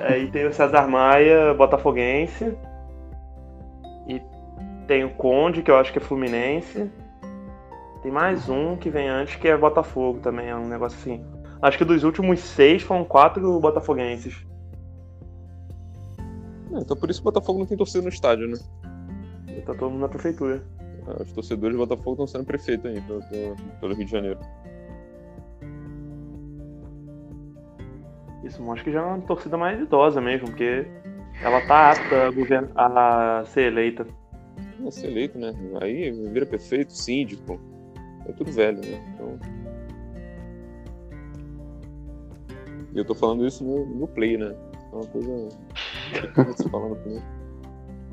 Speaker 1: Aí tem o César Maia, botafoguense. E tem o Conde, que eu acho que é fluminense. Tem mais um que vem antes, que é Botafogo também, é um negócio assim. Acho que dos últimos seis foram quatro botafoguenses.
Speaker 5: É, então por isso que o Botafogo não tem torcida no estádio, né?
Speaker 1: Tá todo mundo na prefeitura.
Speaker 5: Ah, Os torcedores do Botafogo estão sendo prefeito aí pelo, pelo- pelo Rio de Janeiro.
Speaker 1: Isso mostra que já é uma torcida mais idosa mesmo, porque ela tá apta a, govern- a ser eleita.
Speaker 5: Não, ser eleito, né? Aí vira prefeito, síndico. É tudo velho, né? Então. E eu tô falando isso no, no play, né? É uma coisa. Como é que se fala no play?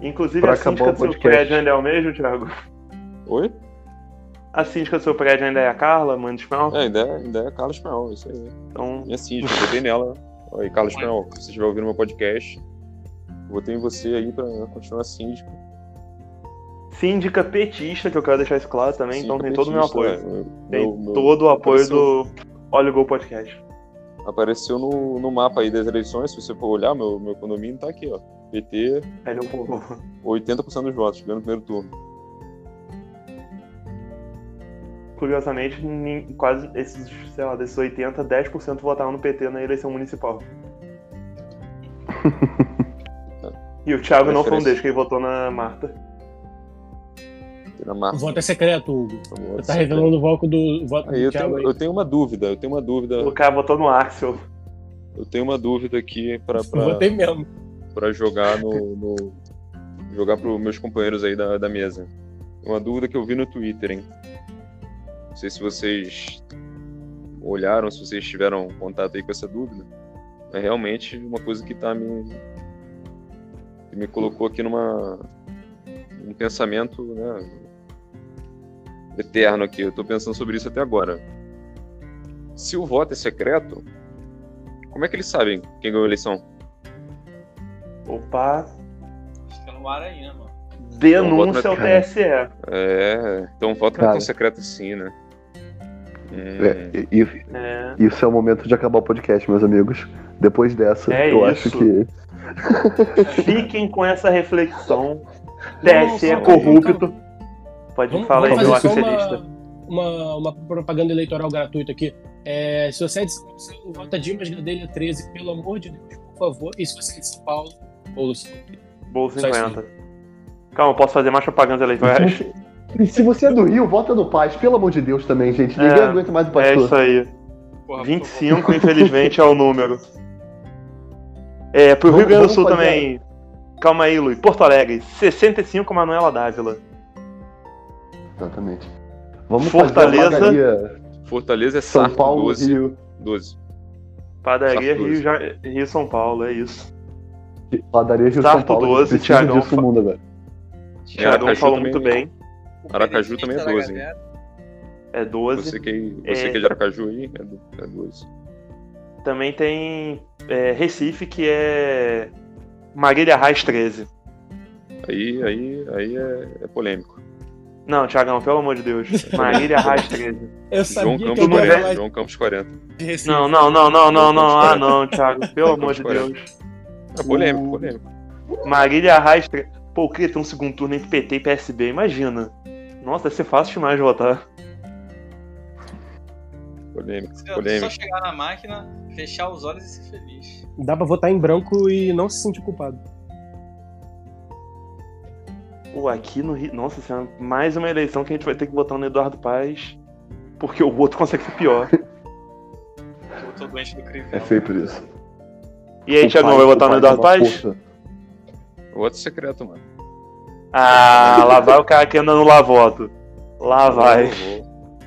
Speaker 1: Inclusive,
Speaker 4: Pra
Speaker 1: a síndica
Speaker 4: acabar o
Speaker 1: do seu
Speaker 4: podcast.
Speaker 1: prédio ainda é o mesmo, Thiago?
Speaker 5: Oi?
Speaker 1: A síndica do seu prédio ainda é a Carla, mano,
Speaker 5: É, ainda é, ainda é Carlos Penhal, isso aí.
Speaker 1: Então,
Speaker 5: Minha síndica, eu botei nela. Oi, Carlos Penhal, se você estiver ouvindo meu podcast, eu botei em você aí pra continuar síndico.
Speaker 1: síndica petista, que eu quero deixar isso claro também, então tem todo o meu apoio. Tem
Speaker 5: né? é. meu, meu,
Speaker 1: todo o apoio
Speaker 5: apareceu-
Speaker 1: do Olha o Gol Podcast.
Speaker 5: Apareceu no, no mapa aí das eleições, se você for olhar, meu, meu condomínio tá aqui, ó. PT,
Speaker 1: Ele é um povo.
Speaker 5: 80% dos votos, ganhou no primeiro turno.
Speaker 1: [laughs] Curiosamente, nin- quase esses, sei lá, desses 80, 10% votaram no PT na eleição
Speaker 5: [laughs]
Speaker 1: municipal. e o Thiago não foi um
Speaker 5: Referência.
Speaker 1: deles, que ele votou na Marta.
Speaker 5: Tem na marca.
Speaker 2: Voto é secreto, Hugo. Você
Speaker 5: Então,
Speaker 2: tá
Speaker 5: voto Ah. secreto.
Speaker 2: revelando o voto do, o voto
Speaker 5: Aí
Speaker 2: do
Speaker 5: eu
Speaker 2: Thiago
Speaker 5: tenho,
Speaker 2: aí.
Speaker 5: eu tenho uma dúvida, eu tenho uma dúvida,
Speaker 1: O cara votou no Axel.
Speaker 5: eu tenho uma dúvida aqui pra,
Speaker 2: Eu
Speaker 5: pra,
Speaker 2: Votei mesmo.
Speaker 5: pra jogar no, no- jogar pros meus companheiros aí da, da mesa. Uma dúvida que eu vi no Twitter, hein? Não sei se vocês olharam, se vocês tiveram contato aí com essa dúvida. É realmente uma coisa que tá me. que me colocou aqui numa. num pensamento, né? eterno aqui. Eu tô pensando sobre isso até agora. Se o voto é secreto, como é que eles sabem quem ganhou a eleição?
Speaker 1: Opa,
Speaker 3: Fica no ar aí, né, mano?
Speaker 1: denúncia ao TSE.
Speaker 5: É, então o voto não é
Speaker 4: Cara.
Speaker 5: tão secreto assim, né? Hum,
Speaker 4: É, e- e-
Speaker 1: É.
Speaker 4: isso é o momento de acabar o podcast, meus amigos. Depois dessa,
Speaker 1: É
Speaker 4: eu
Speaker 1: isso.
Speaker 4: acho que.
Speaker 1: Fiquem com essa reflexão.
Speaker 2: Não, não,
Speaker 1: TSE
Speaker 2: calma,
Speaker 1: corrupto.
Speaker 4: Então,
Speaker 1: Pode
Speaker 2: Vamos,
Speaker 1: falar aí,
Speaker 2: vamos
Speaker 1: meu
Speaker 2: fazer só
Speaker 5: é
Speaker 1: axelista.
Speaker 5: né?
Speaker 2: uma, uma, uma propaganda eleitoral gratuita aqui. É, se você é de São Paulo, vota Dimas Gadelha 13, pelo amor de Deus, por favor. E se você é de São Paulo, ou
Speaker 1: Boa
Speaker 2: Só isso
Speaker 1: 50. Calma, posso fazer mais propagandas
Speaker 4: E [laughs]
Speaker 1: eleitorais?
Speaker 4: se você- E se você é do Rio, vota no Paz, pelo amor de Deus também, gente. Ninguém
Speaker 1: É,
Speaker 4: aguenta mais o
Speaker 1: É
Speaker 4: pastor.
Speaker 1: isso aí.
Speaker 3: Porra,
Speaker 1: 25, infelizmente, é o número. É, pro Rio
Speaker 4: Vamos-
Speaker 1: Grande do
Speaker 4: vamos
Speaker 1: Sul
Speaker 4: fazer-
Speaker 1: também. Calma aí, Luiz. Porto Alegre, 65, Manuela Dávila.
Speaker 4: Exatamente. Vamos
Speaker 1: Fortaleza,
Speaker 4: fazer a Margaria,
Speaker 5: Fortaleza é
Speaker 4: São
Speaker 5: Sarto,
Speaker 4: Paulo,
Speaker 5: 12,
Speaker 4: Rio.
Speaker 5: 12.
Speaker 1: Padaria
Speaker 5: Sarto
Speaker 1: Rio, Ja- Rio São Paulo, é isso.
Speaker 4: Padaria Rio
Speaker 1: Sarto
Speaker 4: São Paulo.
Speaker 1: 12,
Speaker 4: precisa
Speaker 1: Thiagão
Speaker 4: disso no
Speaker 1: fa-
Speaker 4: mundo agora.
Speaker 5: É,
Speaker 1: Thiagão
Speaker 5: Aracaju
Speaker 1: falou
Speaker 5: também-
Speaker 1: muito bem.
Speaker 4: um
Speaker 5: Aracaju também é 12, hein?
Speaker 1: É 12.
Speaker 5: Você que, você
Speaker 1: É.
Speaker 5: que é de Aracaju aí, é, do, é 12.
Speaker 1: Também tem é, Recife, que é Marília Raiz 13.
Speaker 5: Aí, aí, aí é, é polêmico.
Speaker 1: Não, Thiagão, pelo amor de Deus. Marília Arras 13.
Speaker 2: Eu
Speaker 5: João
Speaker 2: sabia que
Speaker 5: Campos
Speaker 2: eu ia
Speaker 5: 40.
Speaker 2: mais
Speaker 5: João Campos 40.
Speaker 2: de Recife.
Speaker 1: Não, não, não, não, não, não. Ah, não, Thiago. Pelo amor de Deus.
Speaker 5: É polêmico,
Speaker 1: O-
Speaker 5: polêmico.
Speaker 1: Marília Arras 13. Pô, eu queria ter um segundo turno entre PT e PSB, imagina. Nossa, deve ser fácil demais de votar.
Speaker 5: Polêmico.
Speaker 3: Só- Só
Speaker 5: Polêmico.
Speaker 3: chegar na máquina, fechar os olhos e ser feliz.
Speaker 2: Dá pra votar em branco e não se sentir culpado.
Speaker 1: Pô, aqui no Rio. Nossa senhora, mais uma eleição que a gente vai ter que votar no Eduardo Paz. Porque o outro consegue ser pior.
Speaker 3: Eu tô doente do crime.
Speaker 4: É sempre isso.
Speaker 1: E aí,
Speaker 4: O pai-
Speaker 1: Thiagão, vai
Speaker 4: o
Speaker 1: votar no
Speaker 4: pai
Speaker 1: Eduardo
Speaker 4: dá uma
Speaker 1: Paz?
Speaker 4: força.
Speaker 5: Voto secreto, mano.
Speaker 1: Ah, lá vai o cara que anda no lá voto. Lá
Speaker 4: É.
Speaker 1: vai.
Speaker 5: Vou, vou.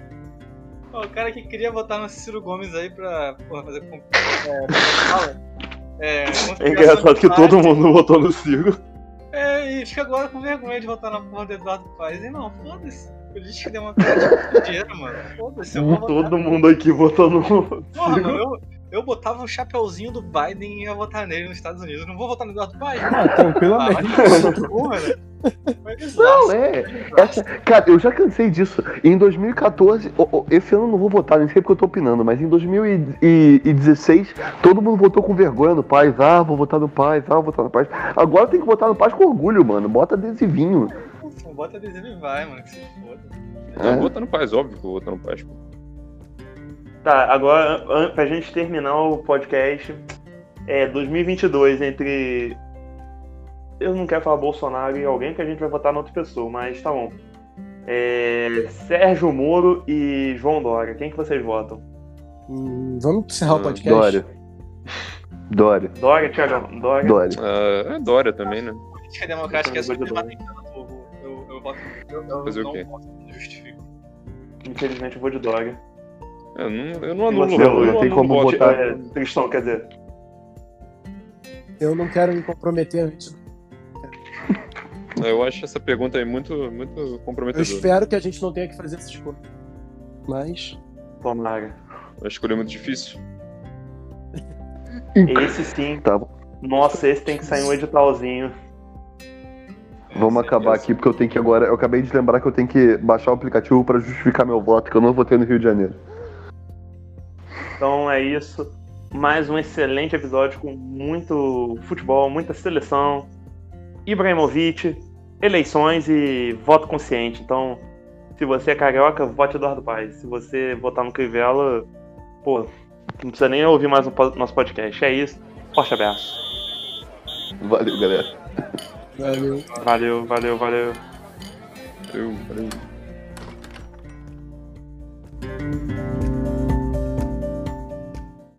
Speaker 3: Ó, o cara que queria votar no Ciro Gomes aí pra porra, fazer com. É, como fala?
Speaker 1: [laughs]
Speaker 3: é,
Speaker 1: É
Speaker 3: conspiração
Speaker 1: engraçado
Speaker 3: de
Speaker 1: que
Speaker 3: parte.
Speaker 1: todo mundo votou no Ciro.
Speaker 3: É, e fica agora com vergonha de votar na porra do Eduardo Paes. E não, foda-se. Política democrática tem dinheiro, mano. Foda-se, eu vou votar.
Speaker 1: Todo mundo aqui votou no
Speaker 3: Porra,
Speaker 1: Ciro.
Speaker 3: mano, eu, eu botava o chapeuzinho do Biden e ia votar nele nos Estados Unidos. Não vou votar no Eduardo Paes?
Speaker 2: Ah,
Speaker 3: Ah,
Speaker 2: [laughs] tranquilamente.
Speaker 3: vai tomar no seu cu, mano. Vai
Speaker 4: Não,
Speaker 3: bizarro.
Speaker 4: é. Essa- cara, eu já cansei disso. Em 2014, o- o- esse ano eu não vou votar, nem sei porque eu tô opinando, mas em 2016, todo mundo votou com vergonha no Paz. Ah, vou votar no Paz, ah, vou votar no Paz. Agora tem que votar no Paz com orgulho, mano. Bota adesivinho.
Speaker 3: Pô, Bota adesivo e vai, mano, que se foda.
Speaker 5: Não,
Speaker 4: É.
Speaker 5: Vota no Paz, óbvio que eu vou votar no Paz. pô.
Speaker 1: Tá, agora, an- pra gente terminar o podcast, é 2022 entre. Eu não quero falar Bolsonaro e alguém, porque a gente vai votar na outra pessoa, mas tá bom. É, Sérgio Moro e João Dória, quem que vocês votam?
Speaker 2: Hum, vamos encerrar o
Speaker 5: Ah,
Speaker 2: podcast?
Speaker 4: Dória. Dória.
Speaker 1: Dória, Thiagão? Dória?
Speaker 4: Dória.
Speaker 5: Ah, é Dória também, né?
Speaker 3: Política democrática é só
Speaker 1: Eu também
Speaker 3: levar
Speaker 1: vou
Speaker 3: em fogo. Eu, eu voto. Eu, eu
Speaker 5: Fazer o
Speaker 3: não
Speaker 5: quê?
Speaker 3: voto, não justifico.
Speaker 1: Infelizmente eu vou de Dória.
Speaker 5: Eu não, eu não anulo
Speaker 1: Você,
Speaker 5: o voto.
Speaker 1: Lu,
Speaker 5: eu
Speaker 1: não
Speaker 4: tem
Speaker 5: anulo
Speaker 4: como
Speaker 5: o voto.
Speaker 4: votar. Tá.
Speaker 1: É, Tristão, quer dizer.
Speaker 2: Eu não quero me comprometer antes.
Speaker 5: Eu acho essa pergunta aí muito, muito
Speaker 2: Eu
Speaker 5: comprometedora.
Speaker 2: espero que a gente não tenha que fazer essa escolha. Mas.
Speaker 1: Tomara.
Speaker 5: Uma escolha muito difícil.
Speaker 1: Esse sim.
Speaker 4: Tá,
Speaker 1: Nossa, esse tem que sair um editalzinho.
Speaker 4: vamos acabar aqui porque eu tenho que agora. Eu acabei de lembrar que eu tenho que baixar o aplicativo pra justificar meu voto, que eu não votei no Rio de Janeiro.
Speaker 1: Então é isso. Mais um excelente episódio com muito futebol, muita seleção, Ibrahimovic, eleições e voto consciente. Então, se você é carioca, vote Eduardo Paes. Se você votar no Crivella, pô, não precisa nem ouvir mais o po- nosso podcast. É isso. Forte abraço.
Speaker 4: Valeu, galera.
Speaker 2: Valeu.
Speaker 1: Valeu, valeu, valeu.
Speaker 5: Eu, eu...